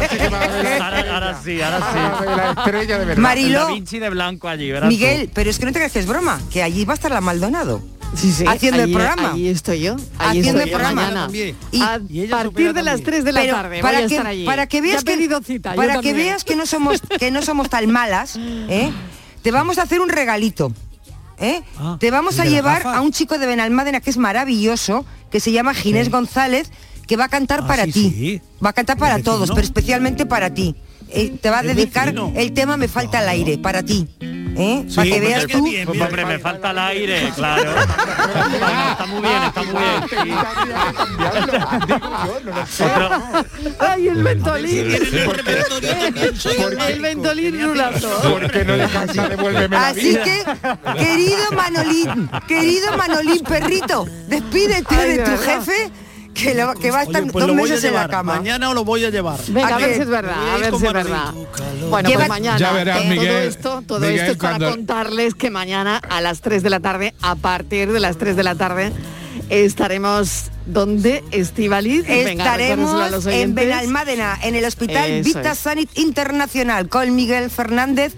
[SPEAKER 16] Ahora, ahora sí, ahora sí.
[SPEAKER 15] Ah, de la estrella de verdad.
[SPEAKER 16] El Da
[SPEAKER 19] Mariló,
[SPEAKER 16] Vinci de blanco allí, verás tú.
[SPEAKER 19] Miguel, pero es que no te creas que es broma, que allí va a estar la Maldonado.
[SPEAKER 12] Sí, sí,
[SPEAKER 19] Haciendo el
[SPEAKER 12] ahí-
[SPEAKER 19] programa.
[SPEAKER 12] Ahí estoy yo. Ahí
[SPEAKER 19] Haciendo
[SPEAKER 12] estoy
[SPEAKER 19] el
[SPEAKER 12] yo
[SPEAKER 19] programa.
[SPEAKER 12] mañana.
[SPEAKER 18] También.
[SPEAKER 19] Ah, Y-
[SPEAKER 12] a
[SPEAKER 18] Y ella
[SPEAKER 12] partir
[SPEAKER 18] supera
[SPEAKER 12] de las
[SPEAKER 18] también.
[SPEAKER 12] 3 de la
[SPEAKER 19] Pero
[SPEAKER 12] tarde
[SPEAKER 19] para
[SPEAKER 12] voy a
[SPEAKER 19] que-
[SPEAKER 12] estar allí.
[SPEAKER 19] para que veas
[SPEAKER 12] Ya he
[SPEAKER 19] que-
[SPEAKER 12] pedido cita, yo
[SPEAKER 19] Para que
[SPEAKER 12] también.
[SPEAKER 19] veas que no somos que no somos tan malas, ¿eh? te vamos a hacer un regalito. ¿eh?
[SPEAKER 18] Ah,
[SPEAKER 19] te vamos
[SPEAKER 18] ¿el
[SPEAKER 19] a
[SPEAKER 18] de la
[SPEAKER 19] llevar
[SPEAKER 18] gafa?
[SPEAKER 19] a un chico de Benalmádena que es maravilloso, que se llama Ginés González, que va a cantar
[SPEAKER 18] Ah,
[SPEAKER 19] para
[SPEAKER 18] sí,
[SPEAKER 19] ti.
[SPEAKER 18] sí.
[SPEAKER 19] Va a cantar para
[SPEAKER 18] ¿El
[SPEAKER 19] todos,
[SPEAKER 18] vecino?
[SPEAKER 19] pero especialmente para ti. Eh, te va a
[SPEAKER 18] ¿El
[SPEAKER 19] dedicar
[SPEAKER 18] vecino?
[SPEAKER 19] el tema Me falta el aire, para ti. ¿eh?
[SPEAKER 18] Sí,
[SPEAKER 19] para que
[SPEAKER 18] pues mira
[SPEAKER 19] veas
[SPEAKER 18] qué
[SPEAKER 19] tú.
[SPEAKER 18] bien,
[SPEAKER 16] Pues,
[SPEAKER 18] mira.
[SPEAKER 16] hombre, me falta el aire, claro. Bueno, está muy bien, está muy bien. Otro-
[SPEAKER 12] Ay, el ventolín.
[SPEAKER 18] Tienen el repertorio también, soy un
[SPEAKER 12] <laughs> El ventolín rulazo.
[SPEAKER 15] Porque no le canta devuélveme la
[SPEAKER 19] Así
[SPEAKER 15] vida.
[SPEAKER 19] que, querido Manolín, querido Manolín perrito, despídete
[SPEAKER 12] Ay,
[SPEAKER 19] de
[SPEAKER 12] de
[SPEAKER 19] tu
[SPEAKER 12] verdad.
[SPEAKER 19] jefe que, lo- que va a estar
[SPEAKER 18] Oye, pues
[SPEAKER 19] dos
[SPEAKER 18] lo voy a
[SPEAKER 19] meses en la
[SPEAKER 18] llevar.
[SPEAKER 19] cama.
[SPEAKER 18] Mañana lo voy a llevar.
[SPEAKER 12] Venga, a ver
[SPEAKER 19] que-
[SPEAKER 12] si es verdad, a ver si es verdad. Bueno,
[SPEAKER 18] Lleva-
[SPEAKER 12] pues mañana
[SPEAKER 18] Ya verás,
[SPEAKER 12] eh, todo
[SPEAKER 18] Miguel,
[SPEAKER 12] esto, todo
[SPEAKER 18] Miguel,
[SPEAKER 12] esto es para
[SPEAKER 18] cuando-
[SPEAKER 12] contarles que mañana a las 3 de la tarde, a partir de las 3 de la tarde, estaremos donde Estivaliz
[SPEAKER 19] Estaremos en <laughs> Benalmádena, en el Hospital
[SPEAKER 12] Eso
[SPEAKER 19] Vita
[SPEAKER 12] es.
[SPEAKER 19] Sanit Internacional, con Miguel Fernández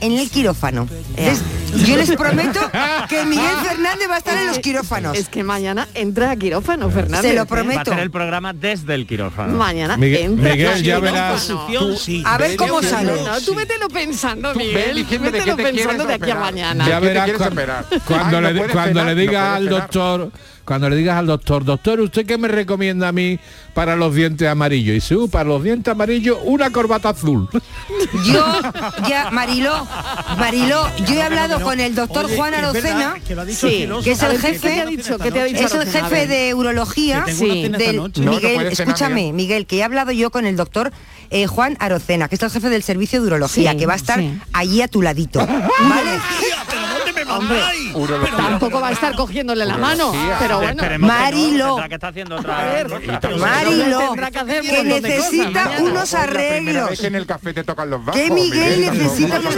[SPEAKER 19] en el quirófano. Les- yo les prometo que Miguel Fernández va a estar en los quirófanos.
[SPEAKER 12] Es que mañana entra a quirófano, Fernández.
[SPEAKER 19] Se lo
[SPEAKER 12] ¿eh?
[SPEAKER 16] Va a ser el programa desde el quirófano.
[SPEAKER 12] Mañana Miguel- entra Miguel, Carlos ya verás.
[SPEAKER 19] A ver cómo
[SPEAKER 12] No,
[SPEAKER 19] sale.
[SPEAKER 12] no, tú vételo pensando,
[SPEAKER 19] Tú ve
[SPEAKER 12] Miguel.
[SPEAKER 19] diciendo de qué
[SPEAKER 12] vételo
[SPEAKER 19] te quieres
[SPEAKER 12] pensando de aquí a
[SPEAKER 19] operar.
[SPEAKER 12] mañana.
[SPEAKER 17] Ya verás
[SPEAKER 15] quieres
[SPEAKER 17] cuan-
[SPEAKER 15] operar?
[SPEAKER 17] cuando
[SPEAKER 15] Ay,
[SPEAKER 17] le
[SPEAKER 15] no
[SPEAKER 17] di-
[SPEAKER 15] puedes
[SPEAKER 17] cuando
[SPEAKER 15] pelar,
[SPEAKER 17] le digas
[SPEAKER 15] no puedes
[SPEAKER 17] al
[SPEAKER 15] pelar.
[SPEAKER 17] doctor, cuando le digas al doctor, doctor, ¿usted qué me recomienda a mí para los dientes amarillos? Y dice, "Uh, para los dientes amarillos, una corbata
[SPEAKER 15] <laughs>
[SPEAKER 17] azul.
[SPEAKER 19] Yo, ya, Mariló, Mariló, yo he hablado con el doctor
[SPEAKER 18] Oye,
[SPEAKER 19] Juan
[SPEAKER 18] que es verdad,
[SPEAKER 19] Arocena,
[SPEAKER 18] que lo ha dicho
[SPEAKER 19] sí,
[SPEAKER 18] Filoso.
[SPEAKER 19] que es
[SPEAKER 18] A
[SPEAKER 19] el
[SPEAKER 18] ver, ¿qué
[SPEAKER 19] jefe,
[SPEAKER 18] te ha dicho? ¿Qué te ha dicho
[SPEAKER 19] es el
[SPEAKER 18] Arocena?
[SPEAKER 19] jefe de urología
[SPEAKER 18] Que tengo una cena esta
[SPEAKER 19] del
[SPEAKER 18] noche. No, no
[SPEAKER 19] Miguel,
[SPEAKER 18] puedes cenar,
[SPEAKER 19] escúchame,
[SPEAKER 18] Miguel.
[SPEAKER 19] Miguel. que he hablado yo con el doctor eh, Juan Arocena, que es el jefe del servicio de urología,
[SPEAKER 12] Sí,
[SPEAKER 19] que va a estar
[SPEAKER 12] sí.
[SPEAKER 19] allí a tu ladito, ¿vale?
[SPEAKER 12] Hombre, tampoco va a estar cogiéndole la mano, pero bueno.
[SPEAKER 19] Marilo,
[SPEAKER 12] Pero
[SPEAKER 19] Marilo,
[SPEAKER 12] tendrá que hacer un
[SPEAKER 19] que
[SPEAKER 12] montón de cosas
[SPEAKER 19] necesita
[SPEAKER 12] mañana.
[SPEAKER 19] unos
[SPEAKER 15] Primera
[SPEAKER 19] arreglos.
[SPEAKER 15] vez que en el café te tocan los bajos.
[SPEAKER 19] Que Miguel necesita unos...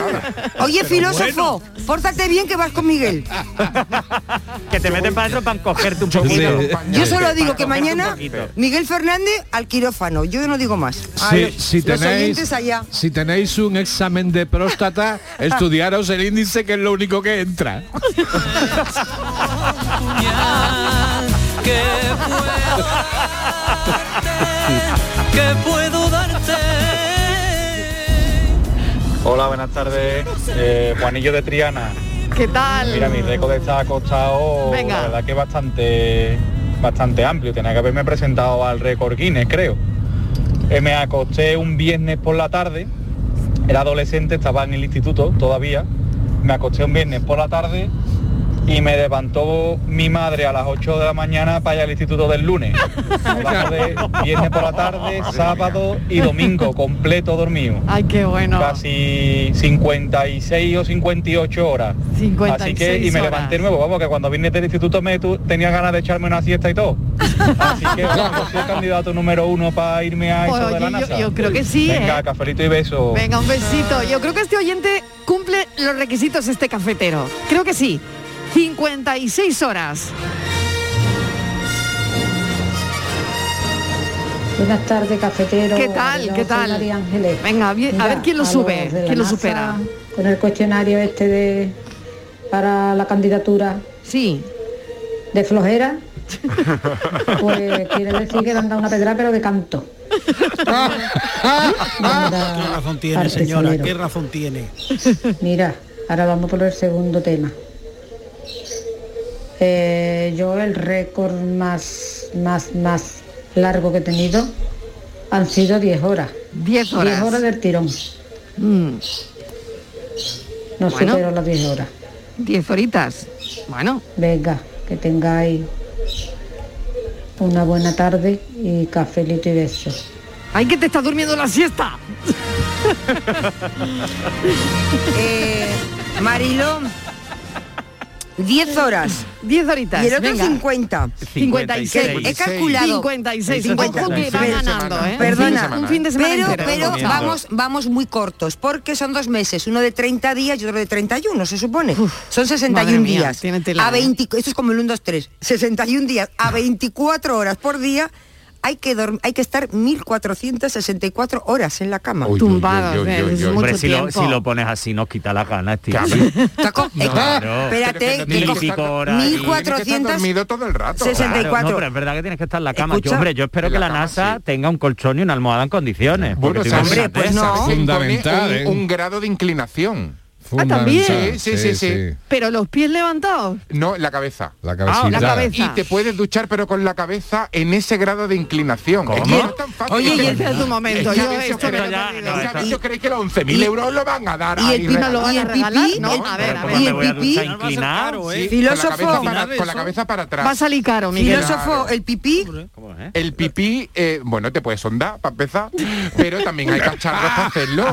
[SPEAKER 19] Oye,
[SPEAKER 15] Pero
[SPEAKER 19] filósofo, pórtate bien que vas con Miguel.
[SPEAKER 16] Que te meten para eso para cogerte un poquito.
[SPEAKER 19] Yo solo digo que
[SPEAKER 16] Para cogerte un
[SPEAKER 19] mañana
[SPEAKER 16] poquito.
[SPEAKER 19] Miguel Fernández al quirófano. Yo no digo más. A
[SPEAKER 17] Si,
[SPEAKER 19] los-
[SPEAKER 17] si
[SPEAKER 19] los
[SPEAKER 17] tenéis,
[SPEAKER 19] oyentes allá.
[SPEAKER 17] si tenéis un examen de
[SPEAKER 15] <laughs>
[SPEAKER 17] próstata, estudiaros el índice que es lo único que entra.
[SPEAKER 5] que puedo darte, que puedo darte.
[SPEAKER 20] Hola, buenas tardes. Eh, Juanillo de Triana.
[SPEAKER 12] ¿Qué tal?
[SPEAKER 20] Mira, mi récord está acostado,
[SPEAKER 12] Venga.
[SPEAKER 20] la verdad que bastante bastante amplio. Tenía que haberme presentado al récord Guinness, creo. Eh, me acosté un viernes por la tarde. Era adolescente, estaba en el instituto todavía. Me acosté un viernes por la tarde y me levantó mi madre a las 8 de la mañana para ir al instituto del lunes. Hablamos
[SPEAKER 12] <laughs>
[SPEAKER 20] de viernes por la tarde, sábado y domingo, completo dormido.
[SPEAKER 12] Ay, qué bueno.
[SPEAKER 20] Casi 56 o 58 horas.
[SPEAKER 12] 56
[SPEAKER 20] Así que, y me
[SPEAKER 12] horas.
[SPEAKER 20] levanté nuevo, vamos, que cuando vine del instituto me tu- tenía ganas de echarme una siesta y todo. Así que, vamos, soy candidato número uno para irme a eso
[SPEAKER 12] Pues,
[SPEAKER 20] de la
[SPEAKER 12] oye, yo-
[SPEAKER 20] NASA.
[SPEAKER 12] yo creo que sí,
[SPEAKER 20] Venga,
[SPEAKER 12] ¿eh?
[SPEAKER 20] cafelito y beso.
[SPEAKER 12] Venga, un besito. Yo creo que este oyente cumple los requisitos este cafetero. Creo que sí. 56 horas.
[SPEAKER 9] Buenas tardes, cafetero.
[SPEAKER 12] ¿Qué tal?
[SPEAKER 9] Yo
[SPEAKER 12] ¿Qué
[SPEAKER 9] soy
[SPEAKER 12] tal?
[SPEAKER 9] María Ángeles.
[SPEAKER 12] Venga, bien, a ver quién lo
[SPEAKER 9] los
[SPEAKER 12] sube,
[SPEAKER 9] de la
[SPEAKER 12] quién lo
[SPEAKER 9] NASA,
[SPEAKER 12] supera.
[SPEAKER 9] Con el cuestionario este de para la candidatura.
[SPEAKER 12] Sí.
[SPEAKER 9] De flojera, pues quiere decir que le han dado una pedra, pero de canto.
[SPEAKER 18] ¿Qué razón tiene, señora? ¿Qué razón tiene?
[SPEAKER 9] <laughs> Mira, ahora vamos por el segundo tema. Eh, yo el récord más, más, más largo que he tenido han sido 10 horas.
[SPEAKER 12] 10
[SPEAKER 9] horas. 10 horas del tirón. No
[SPEAKER 12] Mm. Bueno.
[SPEAKER 9] supero las 10 horas.
[SPEAKER 12] 10 horitas. Bueno.
[SPEAKER 9] Venga, que tengáis una buena tarde y cafelito y besos.
[SPEAKER 12] Ay, que te está durmiendo la siesta.
[SPEAKER 19] Eh, Mariló, 10 horas.
[SPEAKER 12] 10 horitas.
[SPEAKER 19] Y el otro
[SPEAKER 12] venga.
[SPEAKER 19] 50.
[SPEAKER 12] 56.
[SPEAKER 19] He calculado.
[SPEAKER 12] 56. Ojo que va ganando, ¿eh?
[SPEAKER 19] Perdona,
[SPEAKER 12] Un fin de semana
[SPEAKER 19] pero,
[SPEAKER 12] entero.
[SPEAKER 19] pero vamos, vamos muy cortos, porque son dos meses, uno de 30 días y otro de 31, se supone. son 61
[SPEAKER 12] madre mía,
[SPEAKER 19] días.
[SPEAKER 12] tiene tela,
[SPEAKER 19] a
[SPEAKER 12] ¿eh?
[SPEAKER 19] 20, esto es como el 1, 2, 3. 61 días a 24 horas por día. Hay que, dorm- hay que estar 1.464 horas en la cama. Ah,
[SPEAKER 16] Uy,
[SPEAKER 12] ¿eh?
[SPEAKER 16] uy, uy, uy, uy. Hombre, si lo, si lo pones así nos quita las ganas, tío. <laughs>
[SPEAKER 19] eh, Espérate, que
[SPEAKER 16] Mil y
[SPEAKER 19] coge-
[SPEAKER 16] pico horas.
[SPEAKER 19] 1400 64.
[SPEAKER 16] No, pero es verdad que tienes que estar en la cama.
[SPEAKER 19] Escucha.
[SPEAKER 16] Yo, hombre, yo espero
[SPEAKER 19] En
[SPEAKER 16] que
[SPEAKER 19] la
[SPEAKER 16] la
[SPEAKER 19] cama,
[SPEAKER 16] NASA tenga un colchón y una almohada en condiciones. porque tengo
[SPEAKER 15] hombre,
[SPEAKER 16] una
[SPEAKER 15] pues
[SPEAKER 16] tesa.
[SPEAKER 15] no.
[SPEAKER 17] Fundamental,
[SPEAKER 15] Fundamental,
[SPEAKER 17] ¿eh?
[SPEAKER 15] un, un grado de inclinación.
[SPEAKER 12] Ah, también.
[SPEAKER 15] Sí, sí, sí, sí.
[SPEAKER 12] Pero los pies levantados.
[SPEAKER 15] No, la cabeza. La
[SPEAKER 12] cabecita. Ah, la cabeza.
[SPEAKER 15] Y te puedes duchar, pero con la cabeza en ese grado de inclinación. Es que no es tan fácil.
[SPEAKER 12] Oye,
[SPEAKER 15] Es que-
[SPEAKER 12] y espera un momento,
[SPEAKER 15] Es que a
[SPEAKER 12] yo
[SPEAKER 15] veces
[SPEAKER 12] esto me
[SPEAKER 15] creo-
[SPEAKER 12] lo he
[SPEAKER 15] ya-
[SPEAKER 12] perdido.
[SPEAKER 15] es que a veces
[SPEAKER 12] Y-
[SPEAKER 15] creéis que los 11.000 euros lo van a dar.
[SPEAKER 12] y el
[SPEAKER 15] ahí,
[SPEAKER 12] pino
[SPEAKER 15] regalados.
[SPEAKER 12] lo van a regalar. No, a ver, a ver.
[SPEAKER 15] ¿Y
[SPEAKER 16] me
[SPEAKER 15] el
[SPEAKER 16] voy a
[SPEAKER 15] pipí?
[SPEAKER 16] duchar
[SPEAKER 15] No va a ser
[SPEAKER 16] inclinado.
[SPEAKER 15] caro,
[SPEAKER 16] ¿eh?
[SPEAKER 15] Con la cabeza para, con la cabeza para atrás.
[SPEAKER 12] Va a salir caro, Miguel.
[SPEAKER 15] Filósofo,
[SPEAKER 19] el pipí.
[SPEAKER 15] El pipí, eh, bueno, te puedes sondar para empezar, pero también hay cacharros para hacerlo.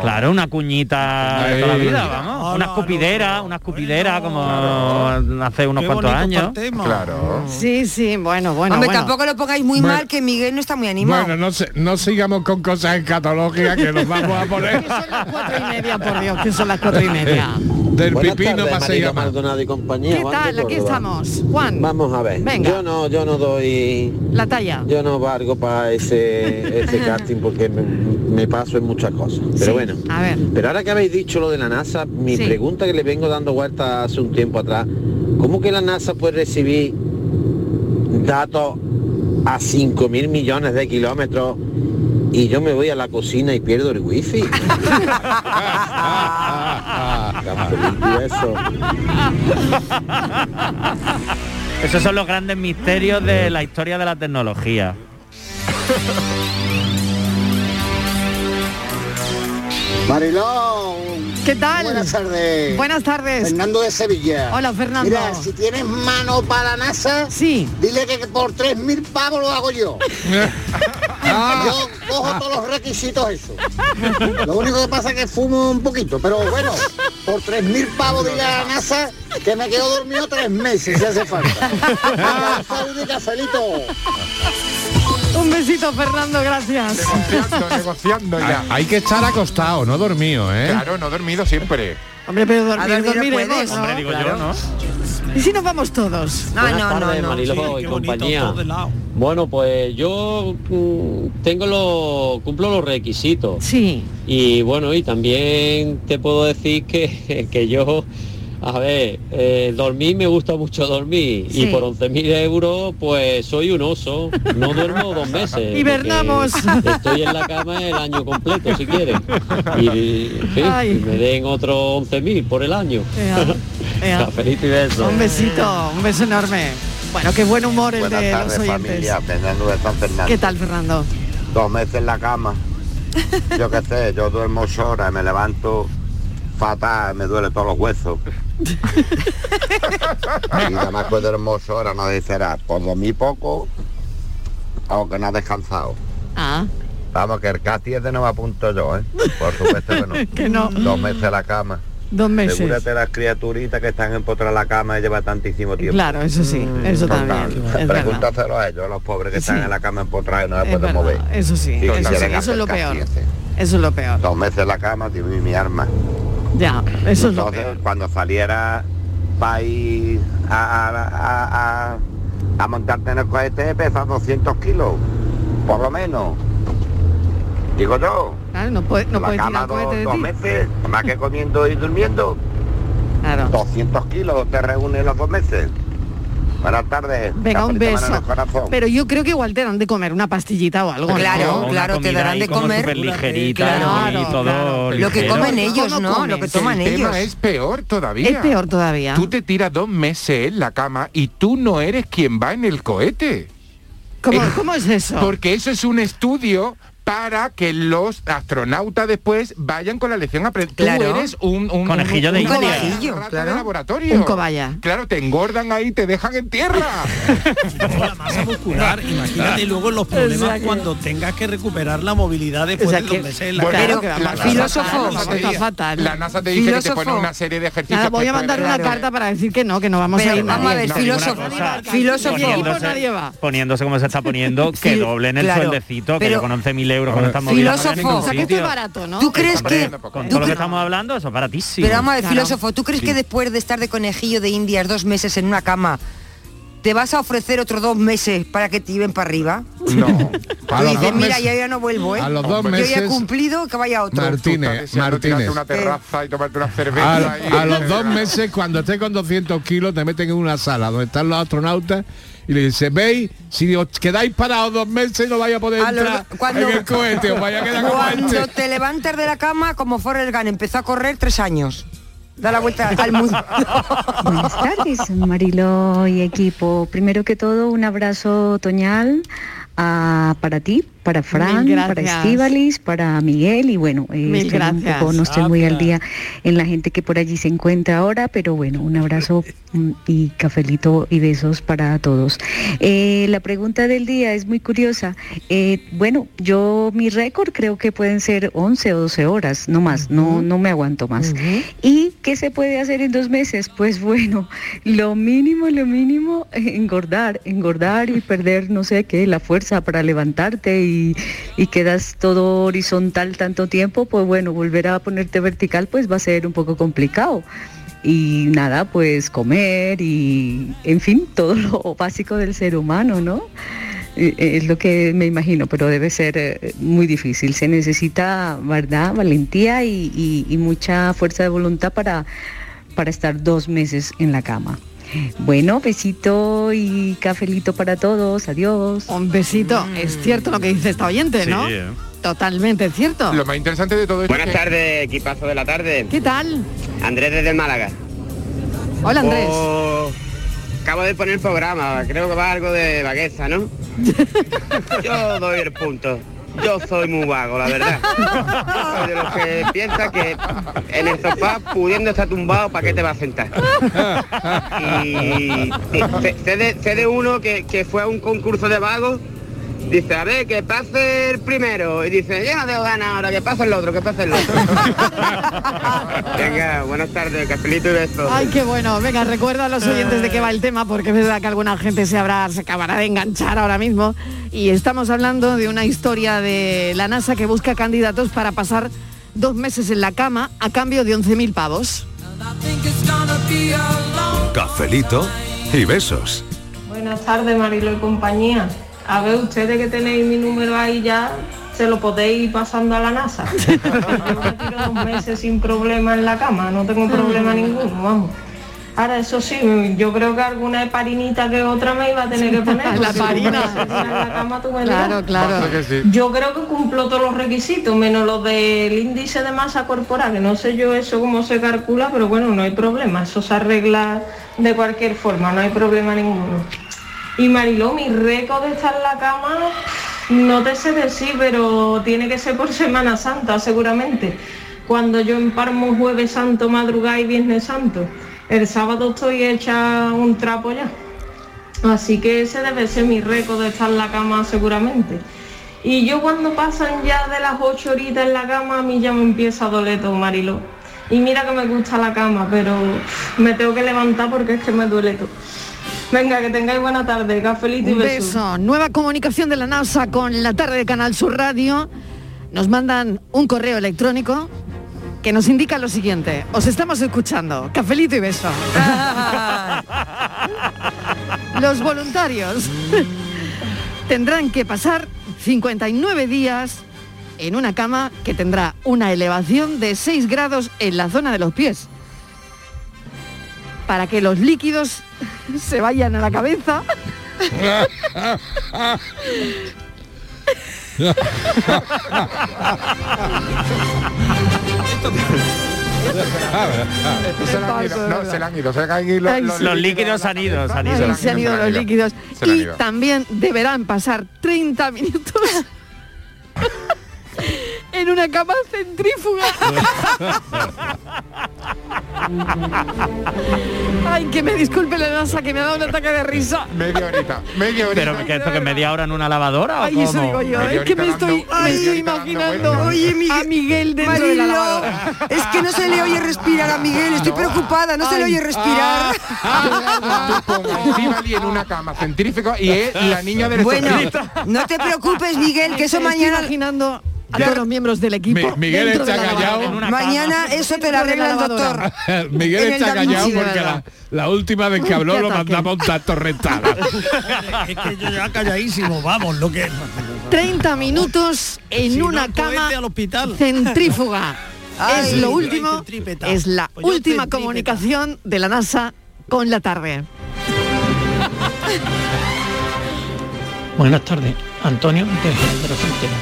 [SPEAKER 16] Claro, una cuñita de toda la
[SPEAKER 15] Ay,
[SPEAKER 16] vida. copidera, vamos. unas cupideras, unas cupideras, como hace unos
[SPEAKER 19] Qué
[SPEAKER 16] cuantos
[SPEAKER 19] bonito
[SPEAKER 16] años.
[SPEAKER 18] Claro.
[SPEAKER 12] Sí, sí, bueno, bueno.
[SPEAKER 19] Hombre,
[SPEAKER 12] bueno.
[SPEAKER 19] tampoco lo pongáis muy
[SPEAKER 17] Bueno.
[SPEAKER 19] mal, que Miguel no está muy animado.
[SPEAKER 17] Bueno, no, se- no sigamos con cosas escatológicas que nos vamos a
[SPEAKER 15] <laughs>
[SPEAKER 17] poner. Eh,
[SPEAKER 12] Cuatro y media, por Dios, que son las cuatro y media.
[SPEAKER 17] Del
[SPEAKER 21] Buenas
[SPEAKER 17] pipino
[SPEAKER 21] tardes,
[SPEAKER 17] pasé
[SPEAKER 21] Marilo
[SPEAKER 17] a más.
[SPEAKER 21] Maldonado y compañía.
[SPEAKER 12] ¿Qué
[SPEAKER 21] Juan de
[SPEAKER 12] tal? Aquí
[SPEAKER 21] Córdoba.
[SPEAKER 12] estamos. Juan,
[SPEAKER 21] Vamos a ver.
[SPEAKER 12] Venga.
[SPEAKER 21] Yo no, yo no doy.
[SPEAKER 12] la talla.
[SPEAKER 21] Yo no valgo para ese,
[SPEAKER 12] <laughs>
[SPEAKER 21] ese casting porque me, me paso en muchas cosas. Pero
[SPEAKER 12] Sí,
[SPEAKER 21] bueno.
[SPEAKER 12] A ver.
[SPEAKER 21] Pero ahora que habéis dicho lo de la NASA, mi
[SPEAKER 12] Sí.
[SPEAKER 21] pregunta que le vengo dando vuelta hace un tiempo atrás, ¿cómo que la NASA puede recibir datos a 5 mil millones de kilómetros y yo me voy a la cocina y pierdo el wifi? Tan feliz eso.
[SPEAKER 16] Esos son los grandes misterios de la historia de la tecnología.
[SPEAKER 22] Marilón.
[SPEAKER 12] ¿Qué tal?
[SPEAKER 22] Buenas tardes.
[SPEAKER 12] Buenas tardes.
[SPEAKER 22] Fernando de Sevilla.
[SPEAKER 12] Hola, Fernando.
[SPEAKER 22] Mira, si tienes mano para NASA,
[SPEAKER 12] sí.
[SPEAKER 22] dile que por 3.000 pavos lo hago yo. Yo cojo todos los requisitos eso. Lo único que pasa es que fumo un poquito, pero bueno, por 3.000 pavos dile a la NASA que me quedo dormido tres meses si hace falta. Venga, un saludo y cafelito.
[SPEAKER 12] Un besito, Fernando, gracias. <laughs>
[SPEAKER 15] negociando ya.
[SPEAKER 17] Hay que estar acostado, no dormido, ¿eh?
[SPEAKER 15] Claro, no he dormido siempre.
[SPEAKER 12] Hombre, pero dormir,
[SPEAKER 15] dormir no
[SPEAKER 12] dormiremos,
[SPEAKER 15] puedes,
[SPEAKER 12] ¿no?
[SPEAKER 15] hombre, digo yo, Claro. ¿no?
[SPEAKER 12] ¿Y si nos vamos todos?
[SPEAKER 23] Buenas tardes, Mariló y compañía. Bueno, pues yo mm, tengo los cumplo los requisitos.
[SPEAKER 12] Sí.
[SPEAKER 23] Y bueno, y también te puedo decir que, <laughs> que yo, a ver, eh, dormir me gusta mucho dormir.
[SPEAKER 12] Sí.
[SPEAKER 23] Y por 11.000 euros, pues soy un oso. No duermo dos meses.
[SPEAKER 12] <laughs> Hibernamos.
[SPEAKER 23] porque Estoy en la cama el año completo, si quieres. Y, en fin,
[SPEAKER 12] Ay.
[SPEAKER 23] que me den otros 11.000 por el año.
[SPEAKER 12] Ea, ea.
[SPEAKER 23] <laughs> Cafelito y besos.
[SPEAKER 12] Un <laughs> besito, un beso enorme. Bueno, qué buen humor el
[SPEAKER 22] Buenas
[SPEAKER 12] de
[SPEAKER 22] tardes,
[SPEAKER 12] los oyentes.
[SPEAKER 22] familia. Fernando de San Fernando.
[SPEAKER 12] ¿Qué tal, Fernando?
[SPEAKER 22] Dos meses en la cama.
[SPEAKER 12] <laughs>
[SPEAKER 22] Yo qué sé, yo duermo ocho horas, me levanto fatal, me duele todos los huesos. y nada más que duermo ocho horas, no será. Por dormir poco, aunque no ha descansado.
[SPEAKER 12] Ah.
[SPEAKER 22] Vamos, que el casi es de nuevo apunto yo, ¿eh? Por supuesto que no.
[SPEAKER 12] <laughs> Que no.
[SPEAKER 22] Dos meses en la cama.
[SPEAKER 12] Dos meses.
[SPEAKER 22] Segúrate las criaturitas que están en potra la cama y lleva tantísimo tiempo.
[SPEAKER 12] Claro, eso sí, eso también. Es verdad.
[SPEAKER 22] Pregúntaselo a ellos, los pobres que están en la cama en potra y no
[SPEAKER 12] Es
[SPEAKER 22] se pueden
[SPEAKER 12] verdad,
[SPEAKER 22] mover.
[SPEAKER 12] Eso sí,
[SPEAKER 22] Y
[SPEAKER 12] eso, sí,
[SPEAKER 22] quieren
[SPEAKER 12] eso es lo
[SPEAKER 22] hacer
[SPEAKER 12] peor.
[SPEAKER 22] casi,
[SPEAKER 12] Eso es lo peor.
[SPEAKER 22] Dos meses en la cama, tío, mi, mi arma.
[SPEAKER 12] Ya, eso es lo
[SPEAKER 22] Entonces, cuando saliera para ir a, a- a- a- a montarte en el cohete, pesas 200 kilos, por lo menos. Digo yo.
[SPEAKER 12] Claro, no puede- no
[SPEAKER 22] la
[SPEAKER 12] puedes
[SPEAKER 22] cama
[SPEAKER 12] tirar cohete
[SPEAKER 22] dos,
[SPEAKER 12] de
[SPEAKER 22] dos
[SPEAKER 12] ti.
[SPEAKER 22] meses, más que comiendo y durmiendo. 200 kilos te reúnen los dos meses. Buenas tardes.
[SPEAKER 12] Venga, un
[SPEAKER 22] Cafelito, mano en
[SPEAKER 12] beso.
[SPEAKER 22] el corazón.
[SPEAKER 12] Pero yo creo que igual te dan de comer una pastillita o algo.
[SPEAKER 19] Claro,
[SPEAKER 12] ¿no?
[SPEAKER 19] claro, te darán de comer.
[SPEAKER 16] ligerita, y todo
[SPEAKER 19] Lo que
[SPEAKER 15] ligero.
[SPEAKER 19] comen ellos,
[SPEAKER 12] no
[SPEAKER 19] ¿no? Lo
[SPEAKER 12] comes.
[SPEAKER 19] que toman
[SPEAKER 15] El
[SPEAKER 19] ellos.
[SPEAKER 15] tema es peor todavía.
[SPEAKER 12] Es peor todavía.
[SPEAKER 15] Tú te tiras dos meses en la cama y tú no eres quien va en el cohete.
[SPEAKER 12] ¿Cómo, cómo es eso?
[SPEAKER 15] Porque eso es un estudio para que los astronautas después vayan con la lección aprendida.
[SPEAKER 12] Claro.
[SPEAKER 15] Tú eres un, un
[SPEAKER 16] Conejillo de
[SPEAKER 15] un- un
[SPEAKER 16] India.
[SPEAKER 15] rata
[SPEAKER 16] Conejillo,
[SPEAKER 15] de laboratorio.
[SPEAKER 12] Un cobaya.
[SPEAKER 15] Claro, te engordan ahí, te dejan en
[SPEAKER 12] <laughs>
[SPEAKER 15] tierra.
[SPEAKER 18] muscular. Imagínate luego los problemas cuando tengas que recuperar la movilidad después de los meses en la
[SPEAKER 15] Bueno,
[SPEAKER 18] cama.
[SPEAKER 15] la NASA- la NASA te dice- La NASA te dice que te
[SPEAKER 18] Filósofo.
[SPEAKER 15] pone una serie de ejercicios.
[SPEAKER 12] Nada, voy a
[SPEAKER 15] para-
[SPEAKER 12] mandar una carta para decir que no, que no vamos
[SPEAKER 19] Pero
[SPEAKER 12] a ir.
[SPEAKER 19] vamos a
[SPEAKER 12] nadie.
[SPEAKER 19] ver,
[SPEAKER 12] No, ninguna
[SPEAKER 19] filósofo,
[SPEAKER 12] cosa.
[SPEAKER 19] filósofo.
[SPEAKER 12] Mi equipo nadie va.
[SPEAKER 16] Poniéndose como se está poniendo, que
[SPEAKER 19] Fil-
[SPEAKER 16] doblen el
[SPEAKER 19] claro,
[SPEAKER 16] sueldecito, que
[SPEAKER 19] pero-
[SPEAKER 16] yo con 11.000 euros con esta movida no voy a
[SPEAKER 19] Filósofo.
[SPEAKER 16] ningún
[SPEAKER 19] O sea, que esto es
[SPEAKER 16] sitio.
[SPEAKER 19] barato, ¿no? ¿Tú crees
[SPEAKER 16] Hombre,
[SPEAKER 19] que-
[SPEAKER 16] Con
[SPEAKER 19] tú
[SPEAKER 16] todo lo
[SPEAKER 19] cre-
[SPEAKER 16] que estamos hablando, eso es baratísimo.
[SPEAKER 19] Pero vamos a ver, filósofo, ¿tú crees
[SPEAKER 16] Sí.
[SPEAKER 19] que después de estar de conejillo de indias dos meses en una cama, te vas a ofrecer otros dos meses para que te lleven para arriba?
[SPEAKER 17] No.
[SPEAKER 19] Tú dices, mira, yo ya no vuelvo, ¿eh?
[SPEAKER 17] A los dos
[SPEAKER 19] Yo ya he
[SPEAKER 17] meses.
[SPEAKER 19] cumplido, que vaya otro.
[SPEAKER 15] Estás
[SPEAKER 17] Martínez,
[SPEAKER 15] deseando tirarte
[SPEAKER 17] Martínez.
[SPEAKER 15] una terraza y tomarte una cerveza.
[SPEAKER 17] A,
[SPEAKER 15] y-
[SPEAKER 17] a los dos meses, cuando estés con 200 kilos, te meten en una sala donde están los astronautas y le dicen, veis, si os quedáis parados dos meses no vais a poder
[SPEAKER 19] A los-
[SPEAKER 17] entrar
[SPEAKER 19] cuando-
[SPEAKER 17] en el cohete, os vais a quedar como
[SPEAKER 19] Cuando
[SPEAKER 17] este.
[SPEAKER 19] te levantas de la cama, como Forrest Gump, empezó a correr tres años. Da la vuelta al mundo.
[SPEAKER 10] Buenas
[SPEAKER 12] <laughs>
[SPEAKER 10] tardes, Marilo y equipo. Primero que todo, un abrazo otoñal ah, para ti, para Fran,
[SPEAKER 24] Mil
[SPEAKER 10] para
[SPEAKER 24] gracias.
[SPEAKER 10] Estíbalis, para Miguel y bueno, eh,
[SPEAKER 24] Mil
[SPEAKER 10] estoy un
[SPEAKER 24] gracias.
[SPEAKER 10] poco- no estoy muy al día en la gente que por allí se encuentra ahora, pero bueno, un abrazo mm, y cafelito y besos para todos. Eh, la pregunta del día es muy curiosa. Eh, bueno, yo mi récord creo que pueden ser 11 o 12 horas, no más, no, no me aguanto más. ¿Y qué se puede hacer en dos meses? Pues <laughs> bueno, lo mínimo, lo mínimo, engordar, engordar y perder, no sé qué, la fuerza para levantarte y, y quedas todo horizontal tanto tiempo, pues bueno, volver a ponerte vertical pues va a ser un poco complicado. Y nada, pues comer y, en fin, <laughs> todo lo básico del ser humano, ¿no? Eh, eh, Es lo que me imagino, pero debe ser eh, muy difícil. Se necesita, ¿verdad? Valentía y, y- y mucha fuerza de voluntad para, para estar dos meses en la cama. Bueno, besito y cafelito para todos. Adiós.
[SPEAKER 12] Un besito. Es cierto lo que dice esta oyente,
[SPEAKER 15] Sí,
[SPEAKER 12] ¿no?
[SPEAKER 15] eh.
[SPEAKER 12] Totalmente cierto.
[SPEAKER 15] Lo más interesante de todo esto
[SPEAKER 25] Buenas
[SPEAKER 15] es que-
[SPEAKER 25] tardes, equipazo de la tarde.
[SPEAKER 12] ¿Qué tal?
[SPEAKER 25] Andrés desde Málaga.
[SPEAKER 12] Hola, Andrés.
[SPEAKER 25] Oh, acabo de poner el programa, creo que va algo de vagueza,
[SPEAKER 12] <laughs>
[SPEAKER 25] ¿no? Yo doy el punto. Yo soy muy vago, la verdad. Soy de los
[SPEAKER 15] Eh,
[SPEAKER 25] que
[SPEAKER 26] <laughs>
[SPEAKER 25] piensa que en el sofá, pudiendo estar tumbado, ¿para qué te vas a sentar? Y sé, sé de, sé de uno que, que fue a un concurso de vagos, dice, a ver, que pase el primero. Y dice, yo no tengo ganas ahora, que pase el otro, que pase el
[SPEAKER 12] <laughs>
[SPEAKER 25] otro. Venga, buenas tardes, cafelito y besos.
[SPEAKER 12] Ay, qué bueno. Venga, recuerda a
[SPEAKER 15] Ah.
[SPEAKER 12] los oyentes de qué va el tema, porque es verdad que alguna gente se habrá, se acabará de enganchar ahora mismo. Y estamos hablando de una historia de la NASA que busca candidatos para pasar dos meses en la cama a cambio de 11.000 pavos.
[SPEAKER 27] Cafelito y besos.
[SPEAKER 28] Buenas tardes, Marilo y compañía. A ver, ustedes que tenéis mi número ahí ya, se lo podéis ir pasando a la
[SPEAKER 12] <laughs>
[SPEAKER 28] NASA. Yo me tiro dos meses sin problema en la cama, no tengo problema ninguno, vamos. Ahora, eso sí, yo creo que alguna heparinita que otra me iba a tener que poner.
[SPEAKER 12] <laughs> La
[SPEAKER 28] porque dos
[SPEAKER 12] heparina.
[SPEAKER 28] meses en la cama, tú me
[SPEAKER 12] Claro,
[SPEAKER 28] dirás.
[SPEAKER 12] claro.
[SPEAKER 28] Yo creo que cumplo todos los requisitos, menos los del índice de masa corporal, que no sé yo eso cómo se calcula, pero bueno, no hay problema, eso se arregla de cualquier forma, no hay problema ninguno. Y Mariló, mi récord de estar en la cama, no te sé decir, pero tiene que ser por Semana Santa, seguramente. Cuando yo emparmo jueves santo, madrugada y viernes santo. El sábado estoy hecha un trapo ya. Así que ese debe ser mi récord de estar en la cama seguramente. Y yo cuando pasan ya de las 8 horitas en la cama, a mí ya me empieza a doler todo, Mariló. Y mira que me gusta la cama, pero me tengo que levantar porque es que me duele todo. Venga, que tengáis buena tarde, cafelito y
[SPEAKER 12] Un
[SPEAKER 28] besos.
[SPEAKER 12] beso. Nueva comunicación de la NASA con la tarde de Canal Sur Radio. Nos mandan un correo electrónico que nos indica lo siguiente. Os estamos escuchando. Cafelito y beso. Los voluntarios <laughs> tendrán que pasar 59 días en una cama que tendrá una elevación de 6 grados en la zona de los pies para que los líquidos <laughs> se vayan a
[SPEAKER 19] <laughs>
[SPEAKER 12] la cabeza
[SPEAKER 15] Esto se le han ido, no, se le han ido, se le han ido los-
[SPEAKER 12] Ay,
[SPEAKER 15] los
[SPEAKER 12] sí. Los
[SPEAKER 15] líquidos
[SPEAKER 16] han ido, han
[SPEAKER 12] Ahí se han ido los líquidos.
[SPEAKER 15] Se le han
[SPEAKER 12] Y
[SPEAKER 15] ido.
[SPEAKER 12] también deberán pasar 30 minutos <laughs> en una cama centrífuga.
[SPEAKER 19] <laughs>
[SPEAKER 12] Ay, que me disculpe la NASA, que me ha dado un ataque
[SPEAKER 19] <laughs>
[SPEAKER 12] de risa.
[SPEAKER 15] Media horita, media horita.
[SPEAKER 16] Pero que esto que media hora en una lavadora o
[SPEAKER 12] Ay, eso digo yo, ¿eh?
[SPEAKER 16] Media
[SPEAKER 12] es que
[SPEAKER 16] horita
[SPEAKER 12] me estoy,
[SPEAKER 16] dando-
[SPEAKER 12] me
[SPEAKER 16] media
[SPEAKER 12] estoy
[SPEAKER 16] horita dando
[SPEAKER 12] imaginando
[SPEAKER 16] vueltas.
[SPEAKER 12] a Miguel dentro de la
[SPEAKER 19] Mariló,
[SPEAKER 12] lavadora.
[SPEAKER 19] Es que no se le oye respirar a Miguel, estoy
[SPEAKER 15] Ah.
[SPEAKER 19] preocupada, no se le oye respirar.
[SPEAKER 15] Estíbali en una cama centrífica y es la niña del
[SPEAKER 19] Bueno,
[SPEAKER 15] exorcista.
[SPEAKER 19] <laughs> no te preocupes, Miguel, que eso
[SPEAKER 12] Estoy
[SPEAKER 19] mañana-
[SPEAKER 12] imaginando a todos los miembros del equipo.
[SPEAKER 17] Mi- Miguel
[SPEAKER 12] dentro
[SPEAKER 17] está
[SPEAKER 12] de la lavadora.
[SPEAKER 17] callado. En <laughs> una cama.
[SPEAKER 19] Mañana eso te lo
[SPEAKER 12] Dentro de la
[SPEAKER 19] arregla el
[SPEAKER 12] lavadora.
[SPEAKER 19] doctor.
[SPEAKER 17] Miguel
[SPEAKER 19] En el
[SPEAKER 17] está
[SPEAKER 19] Da Vinci,
[SPEAKER 17] callado
[SPEAKER 19] de
[SPEAKER 17] porque
[SPEAKER 19] verdad.
[SPEAKER 17] la, la última vez que habló
[SPEAKER 18] Qué
[SPEAKER 17] lo
[SPEAKER 18] ataque.
[SPEAKER 17] mandamos a torrentada.
[SPEAKER 18] <laughs> es que yo ya calladísimo, vamos, lo que
[SPEAKER 12] 30 minutos en
[SPEAKER 18] Si no,
[SPEAKER 12] una
[SPEAKER 18] pues
[SPEAKER 12] cama
[SPEAKER 18] vete al hospital.
[SPEAKER 12] centrífuga.
[SPEAKER 18] <laughs> Ay,
[SPEAKER 12] es lo
[SPEAKER 18] ay,
[SPEAKER 12] último,
[SPEAKER 18] centrípeta.
[SPEAKER 12] es la
[SPEAKER 18] Pues yo
[SPEAKER 12] última
[SPEAKER 18] centrípeta.
[SPEAKER 12] comunicación de la NASA con la tarde.
[SPEAKER 29] Buenas tardes, Antonio de Alejandro Centeno.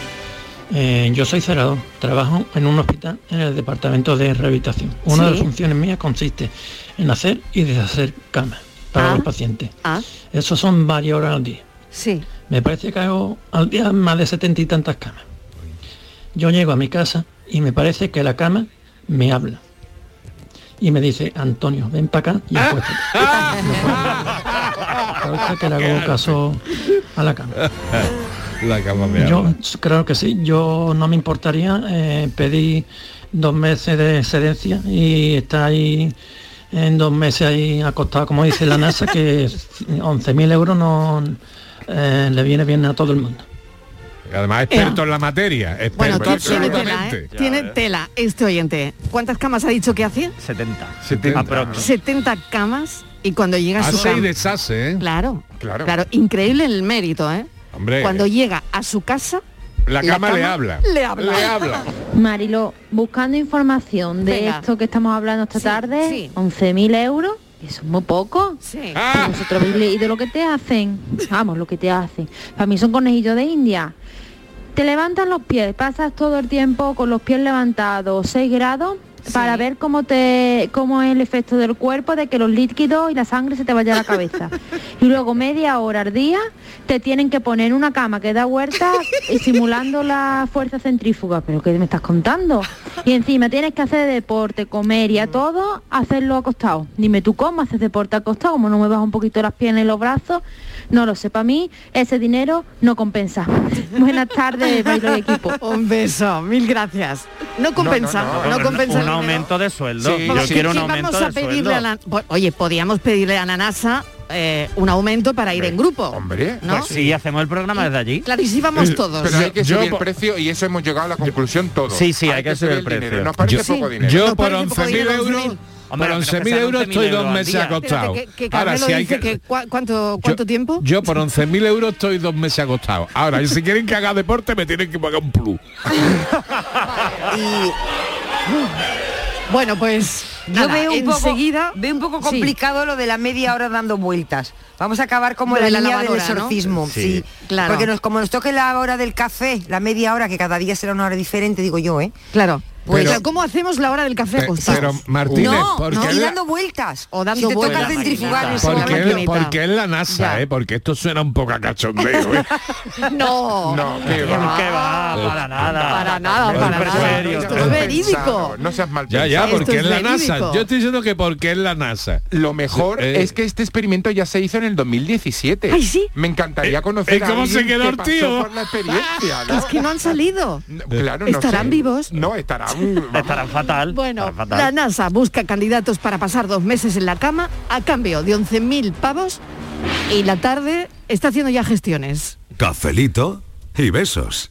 [SPEAKER 29] Eh, yo soy cerrador, trabajo en un hospital en el departamento de rehabilitación. Una de las
[SPEAKER 30] Sí.
[SPEAKER 29] funciones mías consiste en hacer y deshacer camas para los pacientes. Eso son varias horas al día.
[SPEAKER 12] Sí.
[SPEAKER 29] Me parece que hago al día más de setenta y tantas camas. Yo llego a mi casa y me parece que la cama me habla. Y me dice, Antonio, ven para acá y acuéstate. Parece que le hago caso a la cama.
[SPEAKER 17] La cama me
[SPEAKER 29] Yo
[SPEAKER 17] habla.
[SPEAKER 29] creo que sí, yo no me importaría eh, pedir dos meses de excedencia y está ahí en dos meses ahí acostado, como dice la NASA, que <laughs> 11.000 euros no eh, le viene bien a todo el mundo.
[SPEAKER 17] Además, experto en la materia. Experto
[SPEAKER 29] Bueno,
[SPEAKER 17] bueno,
[SPEAKER 29] tiene tela,
[SPEAKER 17] absolutamente.
[SPEAKER 12] Tiene
[SPEAKER 18] ¿eh?
[SPEAKER 12] tela este oyente. ¿Cuántas camas ha dicho que hacía?
[SPEAKER 16] 70.
[SPEAKER 17] 70.
[SPEAKER 12] 70 camas y cuando llega a su
[SPEAKER 17] Hace y
[SPEAKER 12] cama-
[SPEAKER 17] deshace, ¿eh?
[SPEAKER 12] Claro,
[SPEAKER 17] Claro.
[SPEAKER 12] claro, increíble el mérito, ¿eh?
[SPEAKER 17] Hombre.
[SPEAKER 12] Cuando llega a su casa,
[SPEAKER 17] La cama le habla.
[SPEAKER 12] Le habla.
[SPEAKER 17] Le habla.
[SPEAKER 24] Marilo, buscando información de
[SPEAKER 12] Venga.
[SPEAKER 24] esto que estamos hablando esta tarde, 11.000 euros, eso es muy poco.
[SPEAKER 12] Sí.
[SPEAKER 17] Ah.
[SPEAKER 24] Pero Vosotros habéis leído lo que te hacen, vamos, lo que te hacen. Para mí son conejillos de India. Te levantan los pies, pasas todo el tiempo con los pies levantados, 6 grados, para ver cómo te cómo es el efecto del cuerpo de que los líquidos y la sangre se te vaya a la
[SPEAKER 12] <laughs>
[SPEAKER 24] cabeza. y luego media hora al día te tienen que poner en una cama que da vuelta y simulando la fuerza centrífuga, pero qué me estás contando? Y encima tienes que hacer deporte, comer y a todo hacerlo acostado. Dime tú cómo haces deporte acostado, como no muevas un poquito las piernas y los brazos, no lo sé, para mí ese dinero no compensa. <laughs> Buenas tardes, bailo y equipo.
[SPEAKER 12] Un beso, mil gracias. No compensa, no, compensa.
[SPEAKER 16] Un
[SPEAKER 12] el dinero.
[SPEAKER 16] aumento de sueldo.
[SPEAKER 17] Sí,
[SPEAKER 16] yo
[SPEAKER 17] sí,
[SPEAKER 16] quiero un
[SPEAKER 12] ¿Qué
[SPEAKER 16] aumento
[SPEAKER 12] vamos a
[SPEAKER 16] de
[SPEAKER 12] pedirle
[SPEAKER 16] sueldo.
[SPEAKER 12] a la- po- Oye, podíamos pedirle a la NASA eh, un aumento para ir en grupo.
[SPEAKER 17] Hombre,
[SPEAKER 12] ¿no?
[SPEAKER 16] Pues sí, hacemos el programa desde allí.
[SPEAKER 12] Claro, y sí vamos todos.
[SPEAKER 15] Pero hay que
[SPEAKER 16] Yo-
[SPEAKER 15] subir
[SPEAKER 16] yo-
[SPEAKER 15] el precio y eso hemos llegado a la conclusión todos.
[SPEAKER 16] Sí, sí, hay que subir el
[SPEAKER 15] dinero,
[SPEAKER 16] precio.
[SPEAKER 15] Nos parece
[SPEAKER 17] Yo-
[SPEAKER 15] poco
[SPEAKER 17] sí.
[SPEAKER 15] dinero.
[SPEAKER 17] Yo Nos por parece poco 11.000 dinero, euros- 11.000.
[SPEAKER 15] Hombre,
[SPEAKER 17] por
[SPEAKER 15] pero que sea
[SPEAKER 17] 11.000 euros 11.000 estoy dos euros al meses día. acostado.
[SPEAKER 12] Que, que
[SPEAKER 17] Ahora,
[SPEAKER 12] Carmelo
[SPEAKER 17] si hay
[SPEAKER 12] dice
[SPEAKER 17] que-
[SPEAKER 12] que cua- cuánto, cuánto tiempo.
[SPEAKER 17] Yo por
[SPEAKER 12] <laughs>
[SPEAKER 17] 11.000 euros estoy dos meses acostado. Ahora, y si quieren que haga deporte, me tienen que pagar un plus.
[SPEAKER 12] Bueno, pues
[SPEAKER 19] Yo
[SPEAKER 12] nada,
[SPEAKER 19] veo, un poco,
[SPEAKER 12] enseguida-
[SPEAKER 19] veo un poco
[SPEAKER 12] Sí.
[SPEAKER 19] complicado lo de la media hora dando vueltas. Vamos a acabar como
[SPEAKER 12] Lo
[SPEAKER 19] la,
[SPEAKER 12] de la
[SPEAKER 19] línea del
[SPEAKER 12] lavadora, ¿no?
[SPEAKER 19] exorcismo.
[SPEAKER 12] Sí.
[SPEAKER 19] Sí,
[SPEAKER 12] Claro.
[SPEAKER 19] Porque nos, como nos toque la hora del café, la media hora, que cada día será una hora diferente, digo yo, ¿eh?
[SPEAKER 12] Claro.
[SPEAKER 19] Pues,
[SPEAKER 12] Pero, ¿Cómo hacemos la hora del café
[SPEAKER 17] Pe-
[SPEAKER 12] acostados?
[SPEAKER 17] pero, Martínez,
[SPEAKER 19] no,
[SPEAKER 17] ¿por qué
[SPEAKER 19] y
[SPEAKER 17] la-
[SPEAKER 19] dando vueltas.
[SPEAKER 12] O dando
[SPEAKER 19] si te
[SPEAKER 12] vueltas.
[SPEAKER 19] toca centrifugar en ese
[SPEAKER 17] Porque,
[SPEAKER 19] momento.
[SPEAKER 17] es- porque es la NASA, ¿eh? Porque esto suena un poco a cachondeo, ¿eh?
[SPEAKER 5] <laughs>
[SPEAKER 12] No.
[SPEAKER 17] No, qué va.
[SPEAKER 16] para nada.
[SPEAKER 12] Para nada, para nada. Esto es verídico.
[SPEAKER 15] No seas mal
[SPEAKER 17] Ya, ya,
[SPEAKER 15] pensado.
[SPEAKER 17] porque es,
[SPEAKER 15] Esto
[SPEAKER 17] la
[SPEAKER 15] es
[SPEAKER 17] NASA.
[SPEAKER 15] verídico.
[SPEAKER 17] Yo estoy diciendo que porque es la NASA.
[SPEAKER 15] Lo mejor
[SPEAKER 16] eh.
[SPEAKER 15] es que este experimento ya se hizo en el 2017.
[SPEAKER 17] Ay, sí.
[SPEAKER 15] Me
[SPEAKER 16] Eh,
[SPEAKER 15] encantaría conocer
[SPEAKER 17] ¿Y cómo
[SPEAKER 15] a alguien
[SPEAKER 17] se quedó
[SPEAKER 15] que
[SPEAKER 17] el
[SPEAKER 15] pasó
[SPEAKER 17] tío?
[SPEAKER 15] por
[SPEAKER 17] <laughs>
[SPEAKER 15] la experiencia,
[SPEAKER 16] <laughs>
[SPEAKER 15] ¿no?
[SPEAKER 12] Es que no han salido.
[SPEAKER 15] Claro, no
[SPEAKER 12] ¿Estarán
[SPEAKER 15] sé.
[SPEAKER 12] vivos?
[SPEAKER 15] No, estarán...
[SPEAKER 16] estarán fatal.
[SPEAKER 12] Bueno,
[SPEAKER 15] estarán fatal.
[SPEAKER 12] la NASA busca candidatos para pasar dos meses en la cama a cambio de 11.000 pavos y la tarde está haciendo ya gestiones.
[SPEAKER 27] Cafelito y besos.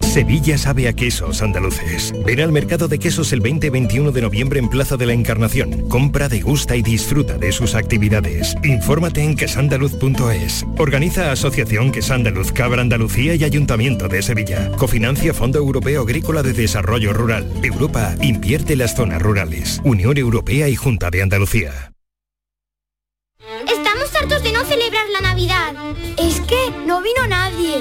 [SPEAKER 3] Sevilla sabe a quesos andaluces. Ven al mercado de quesos el 20-21 de noviembre en Plaza de la Encarnación. Compra, degusta y disfruta de sus actividades. Infórmate en quesandaluz.es. Organiza Asociación Quesandaluz Cabra Andalucía y Ayuntamiento de Sevilla. Cofinancia Fondo Europeo Agrícola de Desarrollo Rural. Europa invierte en las zonas rurales. Unión Europea y Junta de Andalucía.
[SPEAKER 31] Estamos hartos de no celebrar la Navidad. Es que no vino nadie.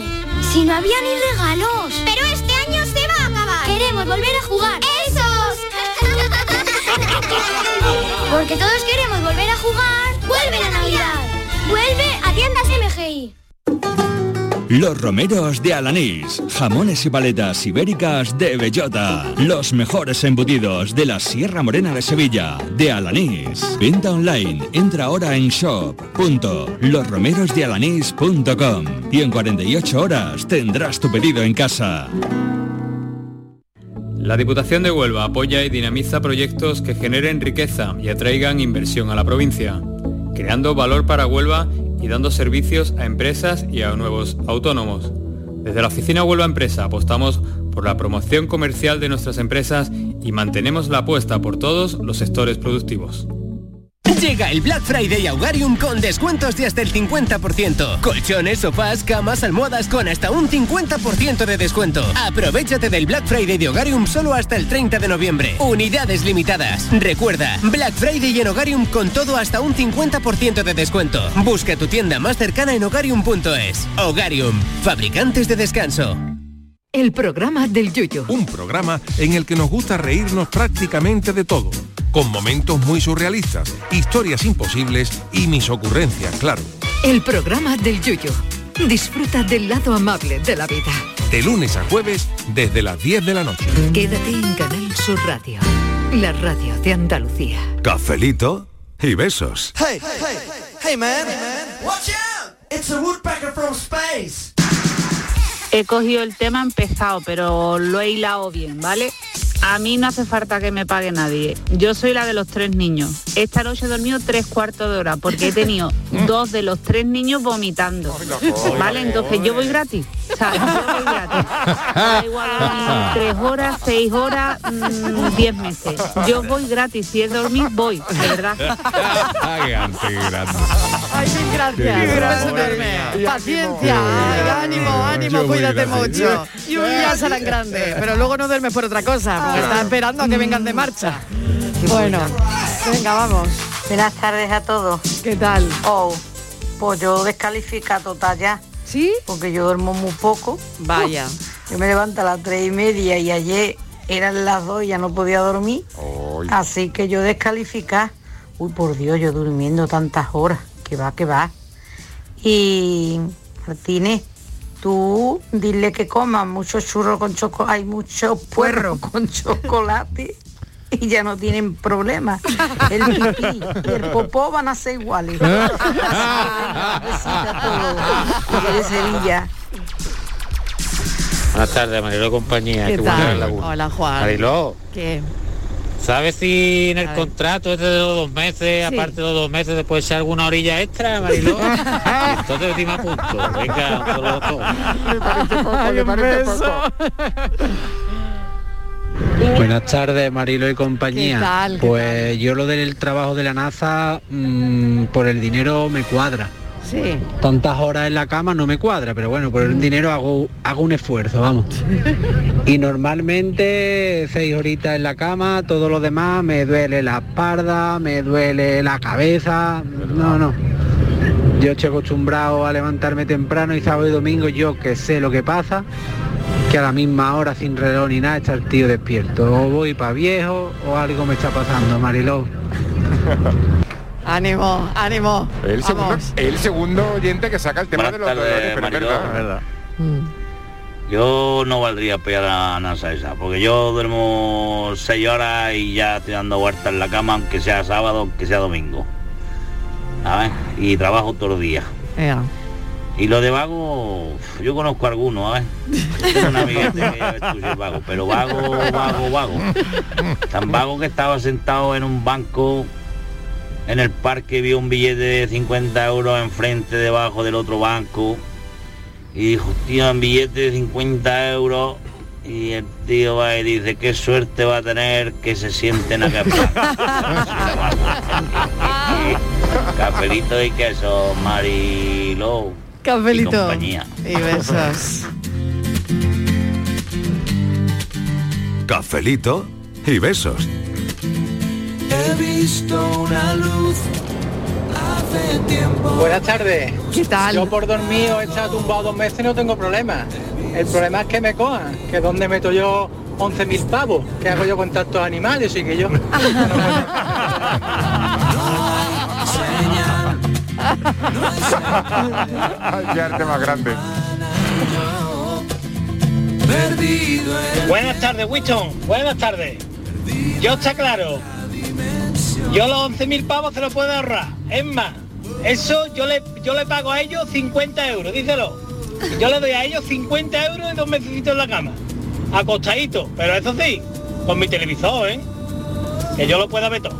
[SPEAKER 31] Si no había ni regalos. Pero este año se va a acabar. Queremos volver a jugar. ¡Esos! <laughs> Porque todos queremos volver a jugar. ¡Vuelve la Navidad! ¡Vuelve a tiendas MGI!
[SPEAKER 32] Los romeros de Alanís. Jamones y paletas ibéricas de bellota. Los mejores embutidos de la Sierra Morena de Sevilla. De Alanís. Venta online. Entra ahora en shop.losromerosdealanís.com y en 48 horas tendrás tu pedido en casa.
[SPEAKER 20] La Diputación de Huelva apoya y dinamiza proyectos que generen riqueza y atraigan inversión a la provincia, creando valor para Huelva y dando servicios a empresas y a nuevos autónomos. Desde la oficina Huelva Empresa apostamos por la promoción comercial de nuestras empresas y mantenemos la apuesta por todos los sectores productivos.
[SPEAKER 9] Llega el Black Friday a Hogarium con descuentos de hasta el 50%. Colchones, sofás, camas, almohadas con hasta un 50% de descuento. Aprovechate del Black Friday de Hogarium solo hasta el 30 de noviembre. Unidades limitadas. Recuerda, Black Friday en Hogarium con todo hasta un 50% de descuento. Busca tu tienda más cercana en hogarium.es. Hogarium, fabricantes de descanso.
[SPEAKER 21] El programa del Yuyo.
[SPEAKER 11] Un programa en el que nos gusta reírnos prácticamente de todo, con momentos muy surrealistas, historias imposibles y mis ocurrencias, claro.
[SPEAKER 21] El programa del Yuyo. Disfruta del lado amable de la vida.
[SPEAKER 11] De lunes a jueves desde las 10 de la noche.
[SPEAKER 21] Quédate en Canal Sur Radio. La radio de Andalucía.
[SPEAKER 33] Cafelito y besos.
[SPEAKER 5] Hey, hey, hey, hey, man. Watch out! It's a woodpecker
[SPEAKER 17] <laughs>
[SPEAKER 5] from space.
[SPEAKER 14] He cogido el tema empezado, pero lo he hilado bien, ¿vale? A mí no hace falta que me pague nadie. Yo soy la de los tres niños. Esta noche he dormido tres cuartos de hora porque he tenido dos de los tres niños vomitando. ¿Vale? Entonces yo voy gratis. O sea, yo voy gratis. Da igual dormir tres horas, seis horas, mm, diez meses. Yo voy gratis. Si es dormir, voy, de verdad.
[SPEAKER 5] <laughs>
[SPEAKER 12] Ay, mil gracias.
[SPEAKER 5] Qué
[SPEAKER 12] Un beso
[SPEAKER 5] grande.
[SPEAKER 12] enorme.
[SPEAKER 5] Y
[SPEAKER 12] Paciencia, ay, ánimo, ánimo,
[SPEAKER 5] Yo voy
[SPEAKER 12] cuídate
[SPEAKER 5] grande.
[SPEAKER 12] mucho. Y un día serán grande, pero luego no duermes por otra cosa, porque estás esperando a que vengan de marcha. Bueno, venga, vamos.
[SPEAKER 1] Buenas tardes a todos.
[SPEAKER 12] ¿Qué tal?
[SPEAKER 1] Oh, pues yo descalifica total ya.
[SPEAKER 12] ¿Sí?
[SPEAKER 1] Porque yo duermo muy poco.
[SPEAKER 12] Vaya.
[SPEAKER 1] Yo me levanto a las tres y media y ayer eran las dos y ya no podía dormir. Así que yo descalificar. Uy, por Dios, yo durmiendo tantas horas. Que va, que va. Y Martínez, tú dile que coman muchos churros con chocolate. Hay muchos puerros con chocolate. Y ya no tienen problema. El pipí y el popó van a ser iguales. de Sevilla.
[SPEAKER 26] Buenas tardes, Mariló Compañía.
[SPEAKER 12] ¿Qué
[SPEAKER 26] Qué buena
[SPEAKER 12] tal?
[SPEAKER 26] la voz.
[SPEAKER 12] Hola, Juan.
[SPEAKER 26] Mariló,
[SPEAKER 12] ¿Qué?
[SPEAKER 26] ¿sabes si en el
[SPEAKER 12] A ver.
[SPEAKER 26] contrato este de los dos meses,
[SPEAKER 12] Sí.
[SPEAKER 26] aparte de los dos meses, se puede echar alguna orilla extra,
[SPEAKER 12] <laughs>
[SPEAKER 26] Mariló? Entonces encima punto. Venga, un solo todo.
[SPEAKER 12] Ay, un beso.
[SPEAKER 34] Buenas tardes, Marilo y compañía.
[SPEAKER 12] ¿Qué tal? ¿Qué
[SPEAKER 34] pues yo lo del trabajo de la NASA mm, por el dinero me cuadra.
[SPEAKER 12] Sí.
[SPEAKER 34] Tantas horas en la cama no me cuadra, pero bueno, por el dinero hago, hago un esfuerzo, vamos. Y normalmente seis horitas en la cama, todo lo demás, me duele la espalda, me duele la cabeza, no, no. Yo estoy acostumbrado a levantarme temprano y sábado y domingo yo que sé lo que pasa, que a la misma hora sin reloj ni nada está el tío despierto. O voy para viejo o algo me está pasando, Mariló.
[SPEAKER 12] Ánimo, ánimo.
[SPEAKER 15] El segundo,
[SPEAKER 12] Vamos.
[SPEAKER 15] el segundo oyente que saca el tema de los
[SPEAKER 26] Buenas tardes,
[SPEAKER 15] dolores, pero es
[SPEAKER 26] Mariló. Mm.
[SPEAKER 15] verdad.
[SPEAKER 26] Yo no valdría pillar a NASA esa, porque yo duermo seis horas y ya estoy dando vueltas en la cama, aunque sea sábado, aunque sea domingo. ¿Sabes? Y trabajo todos los días.
[SPEAKER 12] Ea.
[SPEAKER 26] Y lo de vago, uf, yo conozco algunos, ¿sabes? Tengo un amiguete que ya ves tú, sí es vago, pero vago, vago, vago. Tan vago que estaba sentado en un banco en el parque, vio un billete de 50 euros enfrente, debajo del otro banco. Y dijo, tío, un billete de 50 euros. Y el tío va y dice, qué suerte va a tener que se sienten acá.
[SPEAKER 5] <laughs>
[SPEAKER 26] Cafelito y queso, Marilou.
[SPEAKER 12] Cafelito.
[SPEAKER 26] Y compañía.
[SPEAKER 12] Y besos.
[SPEAKER 33] Cafelito y besos.
[SPEAKER 5] He visto una luz hace tiempo.
[SPEAKER 35] Buenas tardes.
[SPEAKER 12] ¿Qué tal?
[SPEAKER 35] Yo por dormir o he estado tumbado dos meses y no tengo problema. El problema es que me cojan, que donde meto yo 11.000 pavos, que hago yo con tantos animales y que yo...
[SPEAKER 15] Ay, qué arte más grande.
[SPEAKER 36] Buenas tardes, Winston. Buenas tardes. Yo está claro. Yo los 11.000 pavos se los puedo ahorrar. Es más, eso yo le, yo le pago a ellos 50 euros, díselo. Yo le doy a ellos 50 euros y dos meses en la cama. Acostadito, pero eso sí, con mi televisor, ¿eh? Que yo lo pueda ver todo.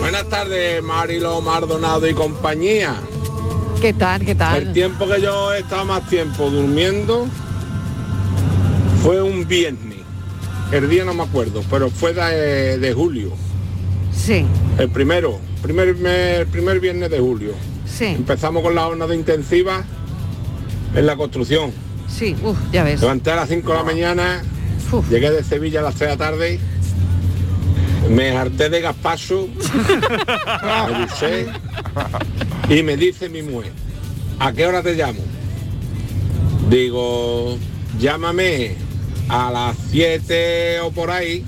[SPEAKER 11] Buenas tardes, Marilo, Mardonado y compañía.
[SPEAKER 12] ¿Qué tal? ¿Qué
[SPEAKER 11] El
[SPEAKER 12] tal?
[SPEAKER 11] tiempo que yo he estado más tiempo durmiendo fue un viernes. El día no me acuerdo, pero fue de, de julio.
[SPEAKER 12] Sí,
[SPEAKER 11] El primero, primer, me- el primer viernes de julio.
[SPEAKER 12] sí,
[SPEAKER 11] Empezamos con la jornada intensiva en la construcción.
[SPEAKER 12] sí. Uf, ya
[SPEAKER 17] <laughs>
[SPEAKER 12] ves.
[SPEAKER 11] Levanté a las 5
[SPEAKER 12] Ah.
[SPEAKER 11] de la mañana, llegué de Sevilla a las 3 de la tarde, me harté de gaspazo, me duché, y me dice mi mujer, ¿a qué hora te llamo? Digo, llámame a las 7 o por ahí,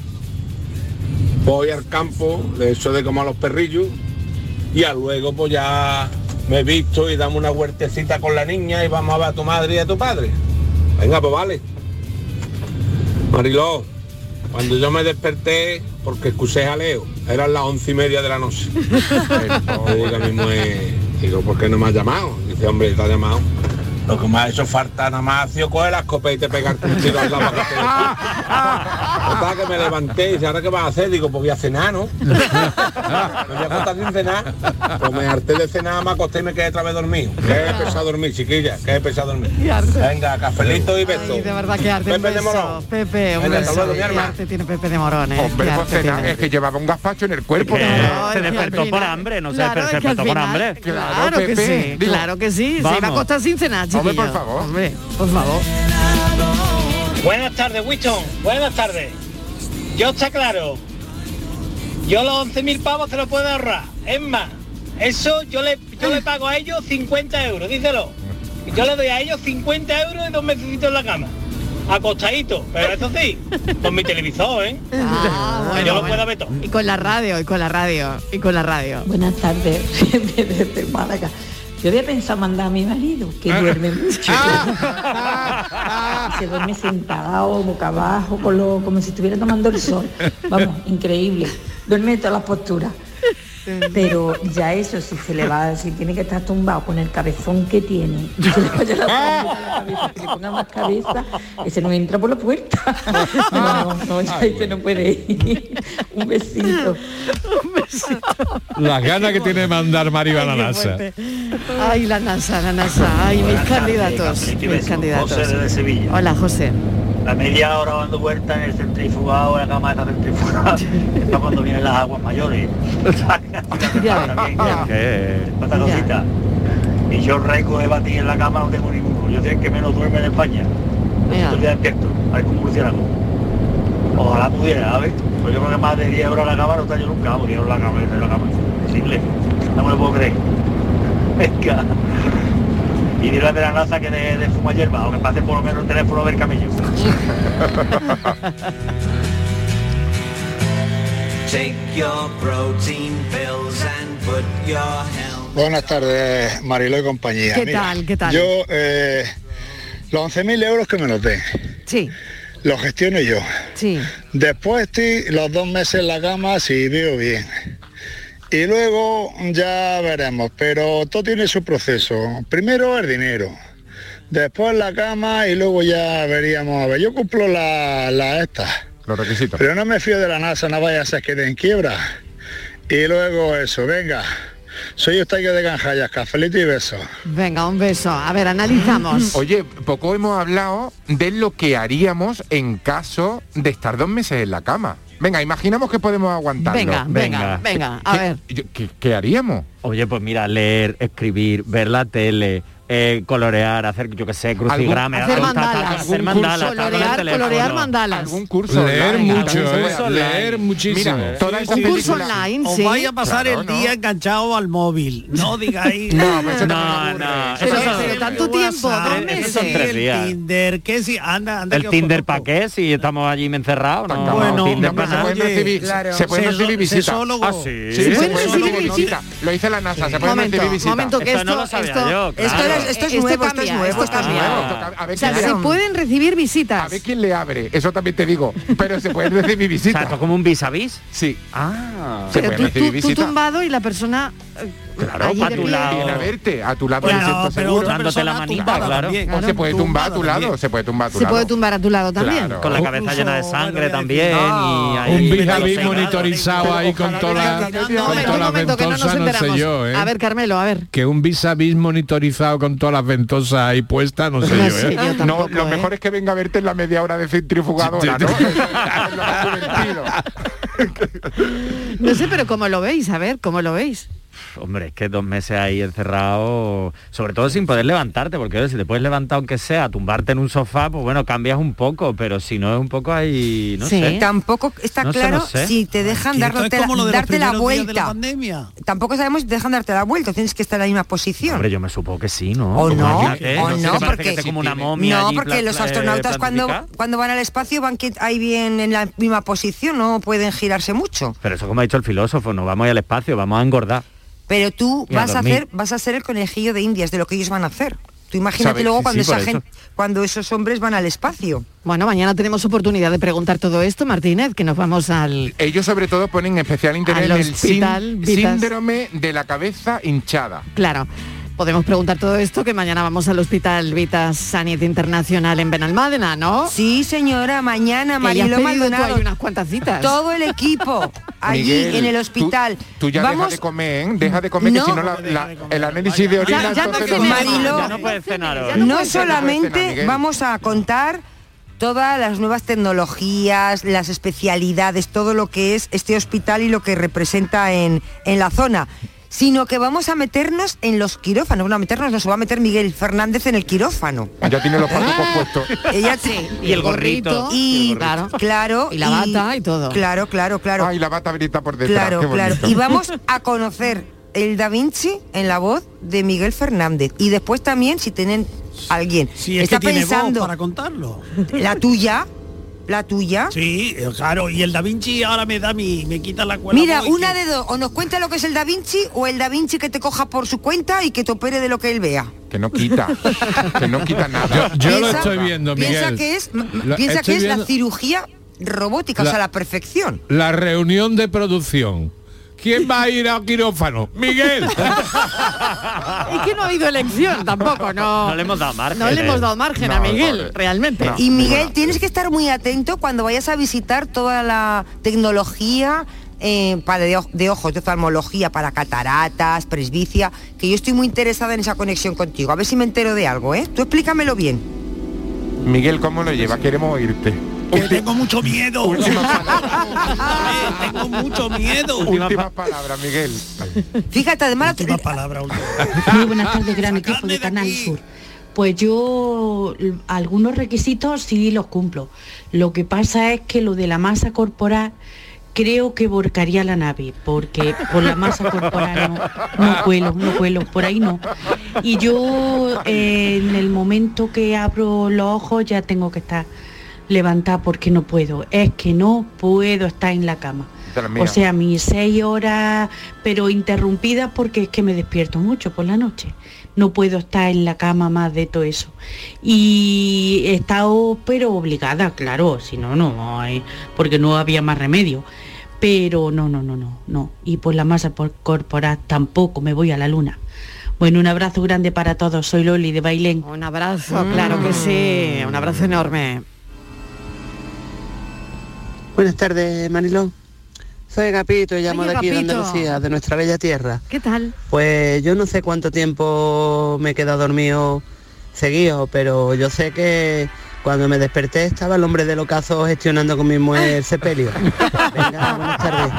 [SPEAKER 11] voy al campo, le echo de como a los perrillos, y a luego pues ya me visto y damos una huertecita con la niña y vamos a ver a tu madre y a tu padre. Venga, pues vale. Mariló, cuando yo me desperté, porque escuché jaleo, eran las once y media de la
[SPEAKER 12] <laughs>
[SPEAKER 11] noche. Le digo a mi mujer, digo, ¿por qué no me has llamado? Dice, hombre, te has llamado. Lo que me ha hecho falta nada más ha sido coger la escopeta y te pegarte un tiro al lado. Total, que me levanté y dice, ¿ahora qué vas a hacer? Digo, pues voy a cenar, ¿no? <laughs> Me voy a acostar sin cenar. Pues me harté de cenar, me acosté y me quedé otra vez dormido. Qué pesado dormir, chiquilla, qué pesado dormir.
[SPEAKER 12] Qué arte.
[SPEAKER 11] Venga, cafelito y beso.
[SPEAKER 12] De verdad que arte. un
[SPEAKER 11] Pepe de
[SPEAKER 12] beso.
[SPEAKER 11] Morón.
[SPEAKER 12] Pepe, un
[SPEAKER 11] Venga,
[SPEAKER 12] beso.
[SPEAKER 11] hasta luego, mi
[SPEAKER 12] Qué
[SPEAKER 11] arma.
[SPEAKER 12] arte tiene Pepe de Morón, ¿eh?
[SPEAKER 15] Hombre,
[SPEAKER 12] Qué
[SPEAKER 15] pues,
[SPEAKER 12] arte
[SPEAKER 15] cena,
[SPEAKER 12] tiene.
[SPEAKER 15] es que
[SPEAKER 11] llevaba un gazpacho en el cuerpo.
[SPEAKER 15] ¿no?
[SPEAKER 12] Ay,
[SPEAKER 16] se
[SPEAKER 12] que al
[SPEAKER 16] despertó por
[SPEAKER 12] final-
[SPEAKER 16] hambre, no
[SPEAKER 12] Claro,
[SPEAKER 16] se
[SPEAKER 12] es
[SPEAKER 16] desper-
[SPEAKER 12] que
[SPEAKER 16] despertó
[SPEAKER 12] al
[SPEAKER 16] por
[SPEAKER 12] final-
[SPEAKER 16] hambre.
[SPEAKER 12] Claro, que sí,
[SPEAKER 16] digo.
[SPEAKER 12] claro que sí. Se iba a
[SPEAKER 16] Vamos.
[SPEAKER 12] acostar sin cenar, chiquillo.
[SPEAKER 36] Hombre, por favor.
[SPEAKER 12] Hombre, por favor.
[SPEAKER 36] Buenas tardes, Winston. Buenas tardes. Yo está claro. Yo los 11.000 pavos se los puedo ahorrar. Es más, eso yo le, yo le pago a ellos 50 euros, díselo. Yo le doy a ellos 50 euros y dos meses en la cama. Acostadito, pero eso sí, con mi televisor, ¿eh?
[SPEAKER 12] Ah,
[SPEAKER 36] que yo lo pueda ver todo.
[SPEAKER 12] Y con la radio, y con la radio, y con la radio.
[SPEAKER 11] Buenas tardes, <laughs> desde Málaga. Yo había pensado mandar a mi marido, que duerme mucho. Se duerme sentado, boca abajo, con lo- como si estuviera tomando el sol. Vamos, increíble. Duerme de todas las posturas. Pero ya eso, si se le va, si tiene que estar tumbado con el cabezón que tiene, se le
[SPEAKER 5] Ah,
[SPEAKER 11] vaya la sombra a la cabeza, que le ponga más cabeza, ese no entra por la puerta. No, no, ya este no puede ir. Un besito. Un besito.
[SPEAKER 17] Las ganas que tiene de mandar Mario a la NASA.
[SPEAKER 12] Ay, la NASA, la NASA. Ay, mis candidatos. Mis candidatos.
[SPEAKER 37] José desde Sevilla.
[SPEAKER 12] Hola, José.
[SPEAKER 37] La media hora dando vueltas en el centrifugado, en la cama está centrifugada, es para cuando vienen las aguas mayores.
[SPEAKER 12] ya.
[SPEAKER 37] Otra cosita. Y yo récord de batir en la cama no tengo ninguno. Yo soy el que menos duerme en España.
[SPEAKER 12] Yo
[SPEAKER 37] estoy despierto, hay como un murciélago. Ojalá pudiera, a ver. Pues yo creo que más de 10 euros en la cama no está yo nunca, porque yo en la cama, en la cama. Simple. No me lo puedo creer. <laughs> Venga. Y dile de la NASA que de, de fuma hierba, o que pase por lo menos el teléfono del camello.
[SPEAKER 5] Take your protein pills and put
[SPEAKER 12] <laughs>
[SPEAKER 5] your health.
[SPEAKER 37] Buenas tardes, Marilo y compañía.
[SPEAKER 5] ¿Qué tal, qué tal?
[SPEAKER 37] Yo, eh, los 11.000 euros que me los den.
[SPEAKER 12] Sí.
[SPEAKER 37] Los gestiono yo.
[SPEAKER 12] Sí.
[SPEAKER 37] Después estoy los dos meses en la cama si vivo bien. Y luego ya veremos, pero todo tiene su proceso. Primero el dinero, después la cama y luego ya veríamos. A ver, yo cumplo la, la esta.
[SPEAKER 15] Los requisitos.
[SPEAKER 37] Pero no me fío de la NASA, no vaya a ser que den quiebra. Y luego eso, venga. Soy Eustaquio de Canjallas, cafelito y besos.
[SPEAKER 12] Venga, un beso. A ver,
[SPEAKER 15] <laughs>
[SPEAKER 12] analizamos.
[SPEAKER 15] Oye, poco hemos hablado de lo que haríamos en caso de estar dos meses en la cama. Venga, imaginamos que podemos aguantarlo.
[SPEAKER 12] Venga, venga, venga, a ver.
[SPEAKER 15] ¿Qué, qué haríamos?
[SPEAKER 16] Oye, pues mira, leer, escribir, ver la tele, eh, colorear, hacer, yo qué sé, crucigramas,
[SPEAKER 12] hacer
[SPEAKER 16] algún-
[SPEAKER 12] mandalas,
[SPEAKER 16] hacer mandalas, estar con el
[SPEAKER 12] colorear,
[SPEAKER 16] teléfono.
[SPEAKER 12] colorear mandalas.
[SPEAKER 15] Algún curso
[SPEAKER 17] Leer
[SPEAKER 15] online,
[SPEAKER 17] mucho,
[SPEAKER 15] algún
[SPEAKER 17] eh,
[SPEAKER 15] curso online.
[SPEAKER 17] leer muchísimo.
[SPEAKER 15] Mira, toda esa
[SPEAKER 17] Un curso
[SPEAKER 15] película-
[SPEAKER 17] online,
[SPEAKER 18] Os vais a pasar
[SPEAKER 15] Claro,
[SPEAKER 18] el
[SPEAKER 15] ¿no?
[SPEAKER 18] día enganchado al móvil. No digáis.
[SPEAKER 15] No, pero eso también
[SPEAKER 16] aburre. no,
[SPEAKER 18] Pero
[SPEAKER 16] eso
[SPEAKER 18] es
[SPEAKER 16] son-
[SPEAKER 18] el
[SPEAKER 16] tanto tiempo,
[SPEAKER 18] WhatsApp,
[SPEAKER 16] ¿dónde
[SPEAKER 18] el
[SPEAKER 16] son tres días?
[SPEAKER 18] Tinder, ¿qué si? Anda, anda.
[SPEAKER 16] El Tinder para qué si estamos allí encerrados, no,
[SPEAKER 18] Bueno,
[SPEAKER 16] Tinder
[SPEAKER 18] no, pero
[SPEAKER 16] pa'
[SPEAKER 15] Pues
[SPEAKER 16] nada.
[SPEAKER 18] se pueden recibir- Claro. se pueden recibir visitas.
[SPEAKER 16] Ah,
[SPEAKER 15] Sí,
[SPEAKER 16] sí.
[SPEAKER 15] se puede recibir visitas. Lo dice la NASA, se puede
[SPEAKER 12] Momento,
[SPEAKER 15] recibir visitas.
[SPEAKER 12] momento, que esto, esto, esto era
[SPEAKER 19] es- esto es nuevo, esto es
[SPEAKER 12] cambia,
[SPEAKER 19] nuevo, esto es nuevo.
[SPEAKER 15] Esto cambia. A ver
[SPEAKER 12] O sea,
[SPEAKER 15] quién le
[SPEAKER 12] se
[SPEAKER 15] abre.
[SPEAKER 12] pueden recibir visitas.
[SPEAKER 15] A ver quién le abre, <laughs> eso también te digo. Pero se puede recibir visita.
[SPEAKER 16] ¿esto es como un vis a vis?
[SPEAKER 15] Sí.
[SPEAKER 16] Ah.
[SPEAKER 15] Se puede
[SPEAKER 12] Pero tú,
[SPEAKER 15] recibir
[SPEAKER 12] tú- tú
[SPEAKER 15] visita.
[SPEAKER 12] tumbado y la persona eh,
[SPEAKER 15] Claro,
[SPEAKER 12] allí
[SPEAKER 15] pa'
[SPEAKER 12] de
[SPEAKER 15] tu
[SPEAKER 12] pie.
[SPEAKER 15] lado. Viene a verte, a tu lado. me siento seguro.
[SPEAKER 16] dándote la manita, claro.
[SPEAKER 15] O se puede tumbar a tu lado, se puede tumbar a tu
[SPEAKER 12] se
[SPEAKER 15] lado.
[SPEAKER 12] puede tumbar a tu lado también.
[SPEAKER 16] Con la cabeza llena de sangre también. y ahí
[SPEAKER 17] Un vis a
[SPEAKER 16] los
[SPEAKER 17] vis
[SPEAKER 16] seis
[SPEAKER 17] monitorizado ahí con todas las
[SPEAKER 12] No,
[SPEAKER 17] con
[SPEAKER 12] hombre,
[SPEAKER 17] todas
[SPEAKER 12] un
[SPEAKER 17] las
[SPEAKER 12] momento que no nos
[SPEAKER 17] ventosas, no
[SPEAKER 12] enteramos.
[SPEAKER 17] sé yo, ¿eh?
[SPEAKER 12] A ver, Carmelo, a ver.
[SPEAKER 17] Que un vis a vis monitorizado con todas las ventosas ahí puestas, no sé
[SPEAKER 15] No
[SPEAKER 17] yo,
[SPEAKER 15] sé
[SPEAKER 17] ¿eh?
[SPEAKER 15] yo tampoco, lo ¿eh? mejor es que venga a verte en la media hora de centrifugadora, ¿no?
[SPEAKER 12] No sé, pero ¿cómo lo veis? A ver, ¿cómo lo veis?
[SPEAKER 16] Hombre, es que dos meses ahí encerrado, sobre todo sin poder levantarte, porque oye, si te puedes levantar aunque sea, tumbarte en un sofá, pues bueno, cambias un poco, pero si no es un poco ahí, no sé.
[SPEAKER 19] Tampoco está
[SPEAKER 16] No sé,
[SPEAKER 19] claro
[SPEAKER 16] no sé.
[SPEAKER 19] si te dejan
[SPEAKER 16] Aquí esto
[SPEAKER 19] darte
[SPEAKER 16] es
[SPEAKER 19] la,
[SPEAKER 16] como lo de los
[SPEAKER 19] darte la
[SPEAKER 16] primeros días
[SPEAKER 19] vuelta.
[SPEAKER 16] de la
[SPEAKER 19] Tampoco sabemos si te dejan darte la vuelta, tienes que estar en la misma posición.
[SPEAKER 16] Hombre, yo me supongo que sí, ¿no?
[SPEAKER 19] O
[SPEAKER 16] Pues
[SPEAKER 19] no,
[SPEAKER 16] imagínate,
[SPEAKER 19] o
[SPEAKER 16] sé,
[SPEAKER 19] no,
[SPEAKER 16] que parece que
[SPEAKER 19] porque-
[SPEAKER 16] esté como una momia
[SPEAKER 19] no,
[SPEAKER 16] allí
[SPEAKER 19] porque
[SPEAKER 16] pla-
[SPEAKER 19] los
[SPEAKER 16] eh,
[SPEAKER 19] astronautas cuando,
[SPEAKER 16] plastificada.
[SPEAKER 19] cuando van al espacio van que- ahí bien en la misma posición, no pueden girarse mucho.
[SPEAKER 16] Pero eso como ha dicho el filósofo, no vamos a ir al espacio, vamos a engordar.
[SPEAKER 19] Pero tú
[SPEAKER 16] Y a
[SPEAKER 19] vas a,
[SPEAKER 16] dormir.
[SPEAKER 19] hacer, vas a ser el conejillo de Indias de lo que ellos van a hacer. Tú imagínate
[SPEAKER 16] ¿Sabes?
[SPEAKER 19] luego
[SPEAKER 16] Sí,
[SPEAKER 19] cuando
[SPEAKER 16] sí,
[SPEAKER 19] esa
[SPEAKER 16] por eso.
[SPEAKER 19] gente, cuando esos hombres van al
[SPEAKER 15] <laughs>
[SPEAKER 19] espacio.
[SPEAKER 12] Bueno, mañana tenemos oportunidad de preguntar todo esto, Martínez, que nos vamos al...
[SPEAKER 15] Ellos sobre todo ponen especial interés en
[SPEAKER 12] Al
[SPEAKER 15] el sin-
[SPEAKER 12] hospital, Vitas.
[SPEAKER 15] síndrome de la cabeza hinchada.
[SPEAKER 12] Claro. Podemos preguntar todo esto que mañana vamos al Hospital Vitas Sanit Internacional en Benalmádena, ¿no?
[SPEAKER 19] Sí, señora, mañana Mariló Maldonado.
[SPEAKER 12] hay unas cuantas citas.
[SPEAKER 19] Todo el equipo allí
[SPEAKER 15] Miguel,
[SPEAKER 19] en el
[SPEAKER 15] tú-
[SPEAKER 19] hospital.
[SPEAKER 15] Tú ya deja
[SPEAKER 19] Vamos
[SPEAKER 15] de comer, ¿eh? deja de comer,
[SPEAKER 19] No.
[SPEAKER 15] que si no la- la- el análisis de orina... entonces no-
[SPEAKER 19] Mariló,
[SPEAKER 16] hoy.
[SPEAKER 19] no
[SPEAKER 16] puedes cenar,
[SPEAKER 19] solamente
[SPEAKER 16] Miguel.
[SPEAKER 19] vamos a contar todas las nuevas tecnologías, las especialidades, todo lo que es este hospital y lo que representa en, en la zona, sino que vamos a meternos en los quirófanos. Bueno, a meternos no, se va a meter Miguel Fernández en el quirófano.
[SPEAKER 15] Ya tiene los patucos puestos.
[SPEAKER 19] Ella
[SPEAKER 15] Y el gorrito.
[SPEAKER 19] Y, claro, claro.
[SPEAKER 12] Y la bata y todo.
[SPEAKER 19] Claro, claro, claro.
[SPEAKER 15] Ay, la bata brita por detrás.
[SPEAKER 19] Claro,
[SPEAKER 15] qué
[SPEAKER 19] claro.
[SPEAKER 15] bonito.
[SPEAKER 19] Y vamos a conocer el Da Vinci en la voz de Miguel Fernández. Y después también, si tienen alguien
[SPEAKER 18] Si es
[SPEAKER 19] está
[SPEAKER 18] que tiene voz
[SPEAKER 19] pensando
[SPEAKER 18] para contarlo.
[SPEAKER 19] la tuya, la tuya.
[SPEAKER 18] Sí, eh, claro, y el Da Vinci ahora me da mi, me quita la cuerda.
[SPEAKER 19] Mira,
[SPEAKER 18] voy,
[SPEAKER 19] una de dos, o nos cuenta lo que es el Da Vinci o el Da Vinci que te coja por su cuenta y que te opere de lo que él vea.
[SPEAKER 15] Que no quita, que no quita nada.
[SPEAKER 17] Yo lo estoy viendo,
[SPEAKER 19] Piensa
[SPEAKER 17] Miguel.
[SPEAKER 19] que es, m- m-
[SPEAKER 17] La-
[SPEAKER 19] piensa
[SPEAKER 17] estoy
[SPEAKER 19] que es la
[SPEAKER 17] viendo-
[SPEAKER 19] cirugía robótica,
[SPEAKER 17] La-
[SPEAKER 19] o sea, la
[SPEAKER 17] <laughs>
[SPEAKER 19] perfección.
[SPEAKER 17] La reunión de producción. ¿Quién va a ir al quirófano? Miguel.
[SPEAKER 12] Es que no ha habido elección tampoco, no.
[SPEAKER 16] No le hemos dado margen. eh.
[SPEAKER 12] No le hemos dado margen a
[SPEAKER 16] No,
[SPEAKER 12] Miguel,
[SPEAKER 16] pobre.
[SPEAKER 12] realmente.
[SPEAKER 16] No.
[SPEAKER 19] Y Miguel, tienes que estar muy atento cuando vayas a visitar toda la tecnología eh, para de, oj- de ojos, de oftalmología, para cataratas, presbicia, que yo estoy muy interesada en esa conexión contigo. A ver si me entero de algo, ¿eh? Tú explícamelo bien.
[SPEAKER 15] Miguel, ¿cómo lo llevas? Queremos oírte.
[SPEAKER 18] tengo mucho miedo.
[SPEAKER 15] tengo mucho
[SPEAKER 18] miedo.
[SPEAKER 15] Últimas palabras, Miguel.
[SPEAKER 19] Fíjate, además... Ah,
[SPEAKER 18] Última palabra, última.
[SPEAKER 27] Muy buenas tardes, gran equipo de Canal Sur. Pues yo l- algunos requisitos sí los cumplo. Lo que pasa es que lo de la masa corporal creo que borcaría la nave, porque por la masa
[SPEAKER 19] <laughs>
[SPEAKER 27] corporal no, no cuelo, no cuelo, por ahí no. Y yo eh, en el momento que abro los ojos ya tengo que estar levantada porque no puedo. Es que no puedo estar en la cama.
[SPEAKER 15] De la mía.
[SPEAKER 27] O sea, mis seis horas, pero interrumpidas porque es que me despierto mucho por la noche. No puedo estar en la cama más de todo eso. Y he estado, pero obligada, claro, si no, no, hay- porque no había más remedio. Pero no, no, no, no, no. Y por la masa por- corporal tampoco me voy a la luna. Bueno, un abrazo grande para todos. Soy Loli de Bailén.
[SPEAKER 12] Un abrazo, <laughs> claro que sí. Un abrazo enorme.
[SPEAKER 38] Buenas tardes, Marilón. Soy Gapito y llamo
[SPEAKER 12] Oye,
[SPEAKER 38] de aquí de
[SPEAKER 12] Gapito.
[SPEAKER 38] Andalucía, de nuestra bella tierra.
[SPEAKER 12] ¿Qué tal?
[SPEAKER 38] Pues yo no sé cuánto tiempo me he quedado dormido seguido, pero yo sé que cuando me desperté estaba el hombre del ocaso gestionando con mi mujer el sepelio. Venga, buenas tardes.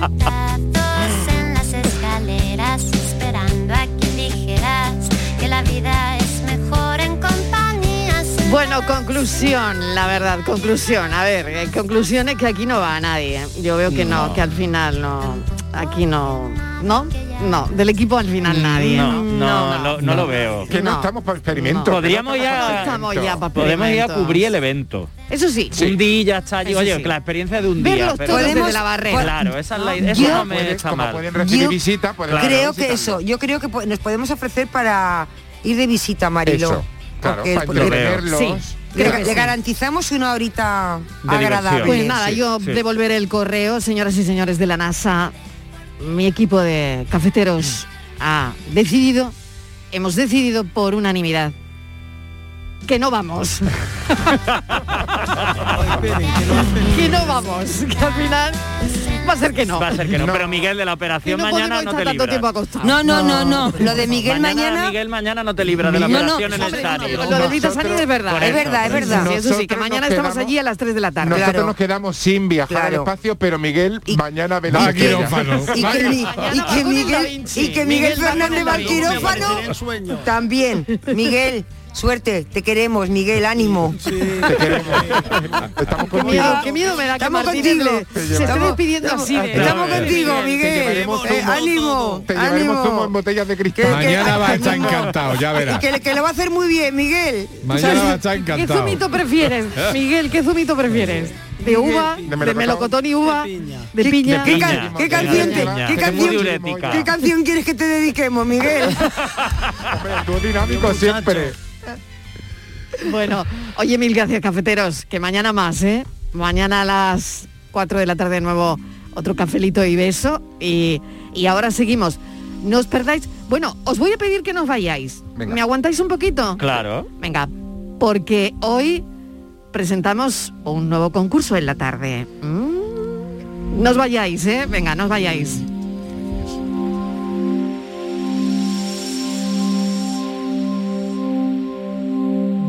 [SPEAKER 39] Sentados en las escaleras esperando a que dijeras que la vida es mejor en compañía.
[SPEAKER 12] Bueno, conclusión, la verdad, conclusión. A ver, eh, conclusión es que aquí no va a nadie. ¿eh? Yo veo que no,
[SPEAKER 16] No.
[SPEAKER 12] que al final no, aquí no, no, no, del equipo al
[SPEAKER 19] Mm,
[SPEAKER 12] final nadie.
[SPEAKER 16] No, no, no, no lo veo.
[SPEAKER 15] Que no, estamos para experimentos. que no
[SPEAKER 16] Podríamos
[SPEAKER 15] estamos
[SPEAKER 16] ya-
[SPEAKER 12] No estamos ya pa'
[SPEAKER 16] Podemos ir a
[SPEAKER 12] experimentos.
[SPEAKER 16] cubrir el evento.
[SPEAKER 12] Eso sí.
[SPEAKER 16] Un día y ya está allí.
[SPEAKER 12] Eso
[SPEAKER 16] Oye,
[SPEAKER 12] sí.
[SPEAKER 16] la experiencia de un
[SPEAKER 12] Verlos
[SPEAKER 16] día.
[SPEAKER 12] todos desde Podemos- la barrera.
[SPEAKER 16] Claro, esa es la idea.
[SPEAKER 19] Yo-
[SPEAKER 16] Eso no me
[SPEAKER 19] Pueden-
[SPEAKER 16] está
[SPEAKER 19] como
[SPEAKER 16] mal.
[SPEAKER 19] pueden recibir Yo
[SPEAKER 15] visitas,
[SPEAKER 19] creo que eso, yo creo que po- nos podemos ofrecer para ir de visita, Marilo.
[SPEAKER 15] Eso, claro,
[SPEAKER 19] Porque-
[SPEAKER 15] para
[SPEAKER 19] porque-
[SPEAKER 15] entretenerlos.
[SPEAKER 19] Sí. Le,
[SPEAKER 15] Creo
[SPEAKER 19] le
[SPEAKER 15] que sí.
[SPEAKER 19] garantizamos una horita
[SPEAKER 15] De
[SPEAKER 19] agradable.
[SPEAKER 12] Pues nada, yo devolveré el correo, señoras y señores de la NASA. Mi equipo de cafeteros ha decidido, hemos decidido por unanimidad que
[SPEAKER 16] <laughs>
[SPEAKER 12] no vamos. que no vamos, que al final va a ser que no.
[SPEAKER 16] Va a ser que no, pero Miguel de la operación
[SPEAKER 12] Que no
[SPEAKER 16] mañana
[SPEAKER 12] podemos
[SPEAKER 16] no
[SPEAKER 12] estar
[SPEAKER 16] te
[SPEAKER 12] tanto
[SPEAKER 16] libra.
[SPEAKER 12] tiempo acostados. No, no, no, no. Lo de Miguel mañana-
[SPEAKER 16] Miguel mañana no te libra de la
[SPEAKER 12] No, no,
[SPEAKER 16] operación en el
[SPEAKER 12] hombre, no, no,
[SPEAKER 16] estadio.
[SPEAKER 12] lo de Vita Sani es verdad.
[SPEAKER 16] Por
[SPEAKER 12] Es
[SPEAKER 16] eso,
[SPEAKER 12] verdad, es
[SPEAKER 16] por
[SPEAKER 12] verdad. Sí, eso sí, que
[SPEAKER 15] Nosotros
[SPEAKER 12] mañana
[SPEAKER 15] nos
[SPEAKER 12] estamos
[SPEAKER 15] quedamos-
[SPEAKER 12] allí a las 3 de la tarde.
[SPEAKER 15] Nosotros nos quedamos sin viajar al
[SPEAKER 12] Claro.
[SPEAKER 15] espacio, pero Miguel mañana ve la
[SPEAKER 17] a
[SPEAKER 15] estrella.
[SPEAKER 17] Ah, quirófano.
[SPEAKER 19] Y que, mi- y que Miguel, y que Miguel Fernández va al quirófano también. <laughs> Miguel, suerte, te queremos, Miguel, ánimo.
[SPEAKER 12] Qué miedo, qué miedo me da que
[SPEAKER 19] Estamos
[SPEAKER 12] Martínez
[SPEAKER 19] contigo.
[SPEAKER 12] le- se esté
[SPEAKER 19] Estamos-
[SPEAKER 12] despidiendo
[SPEAKER 19] estamos-
[SPEAKER 12] así. de-
[SPEAKER 19] estamos contigo, Miguel.
[SPEAKER 15] Te llevaremos
[SPEAKER 19] Eh,
[SPEAKER 15] zumo,
[SPEAKER 19] ánimo,
[SPEAKER 15] Te llevaremos
[SPEAKER 19] ánimo.
[SPEAKER 15] zumo en botellas de cristal.
[SPEAKER 17] Mañana va a
[SPEAKER 15] <laughs>
[SPEAKER 17] estar encantado, ya
[SPEAKER 19] Y
[SPEAKER 17] verás.
[SPEAKER 19] que, que lo va a hacer muy bien, Miguel.
[SPEAKER 17] Mañana va a estar
[SPEAKER 12] ¿Qué
[SPEAKER 17] encantado.
[SPEAKER 12] zumito prefieres, Miguel? ¿Qué zumito prefieres? ¿De uva?
[SPEAKER 17] de
[SPEAKER 12] ¿De
[SPEAKER 17] melocotón.
[SPEAKER 12] melocotón y uva? ¿De
[SPEAKER 19] ¿Qué-
[SPEAKER 12] piña?
[SPEAKER 19] ¿Qué, can- qué canción, te- qué canción- qué canción quieres que te dediquemos, Miguel?
[SPEAKER 15] Tú dinámico siempre.
[SPEAKER 12] Bueno, oye, mil gracias, cafeteros. Que mañana más, ¿eh? Mañana a las 4 de la tarde de nuevo otro cafelito y beso. Y, y ahora seguimos. No os perdáis. Bueno, os voy a pedir que nos vayáis.
[SPEAKER 16] Venga.
[SPEAKER 12] ¿Me aguantáis un poquito?
[SPEAKER 16] Claro.
[SPEAKER 12] Venga, porque hoy presentamos un nuevo concurso en la tarde. Mm. No os vayáis, ¿eh? Venga, no os vayáis.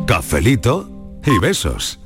[SPEAKER 11] Cafelito y besos.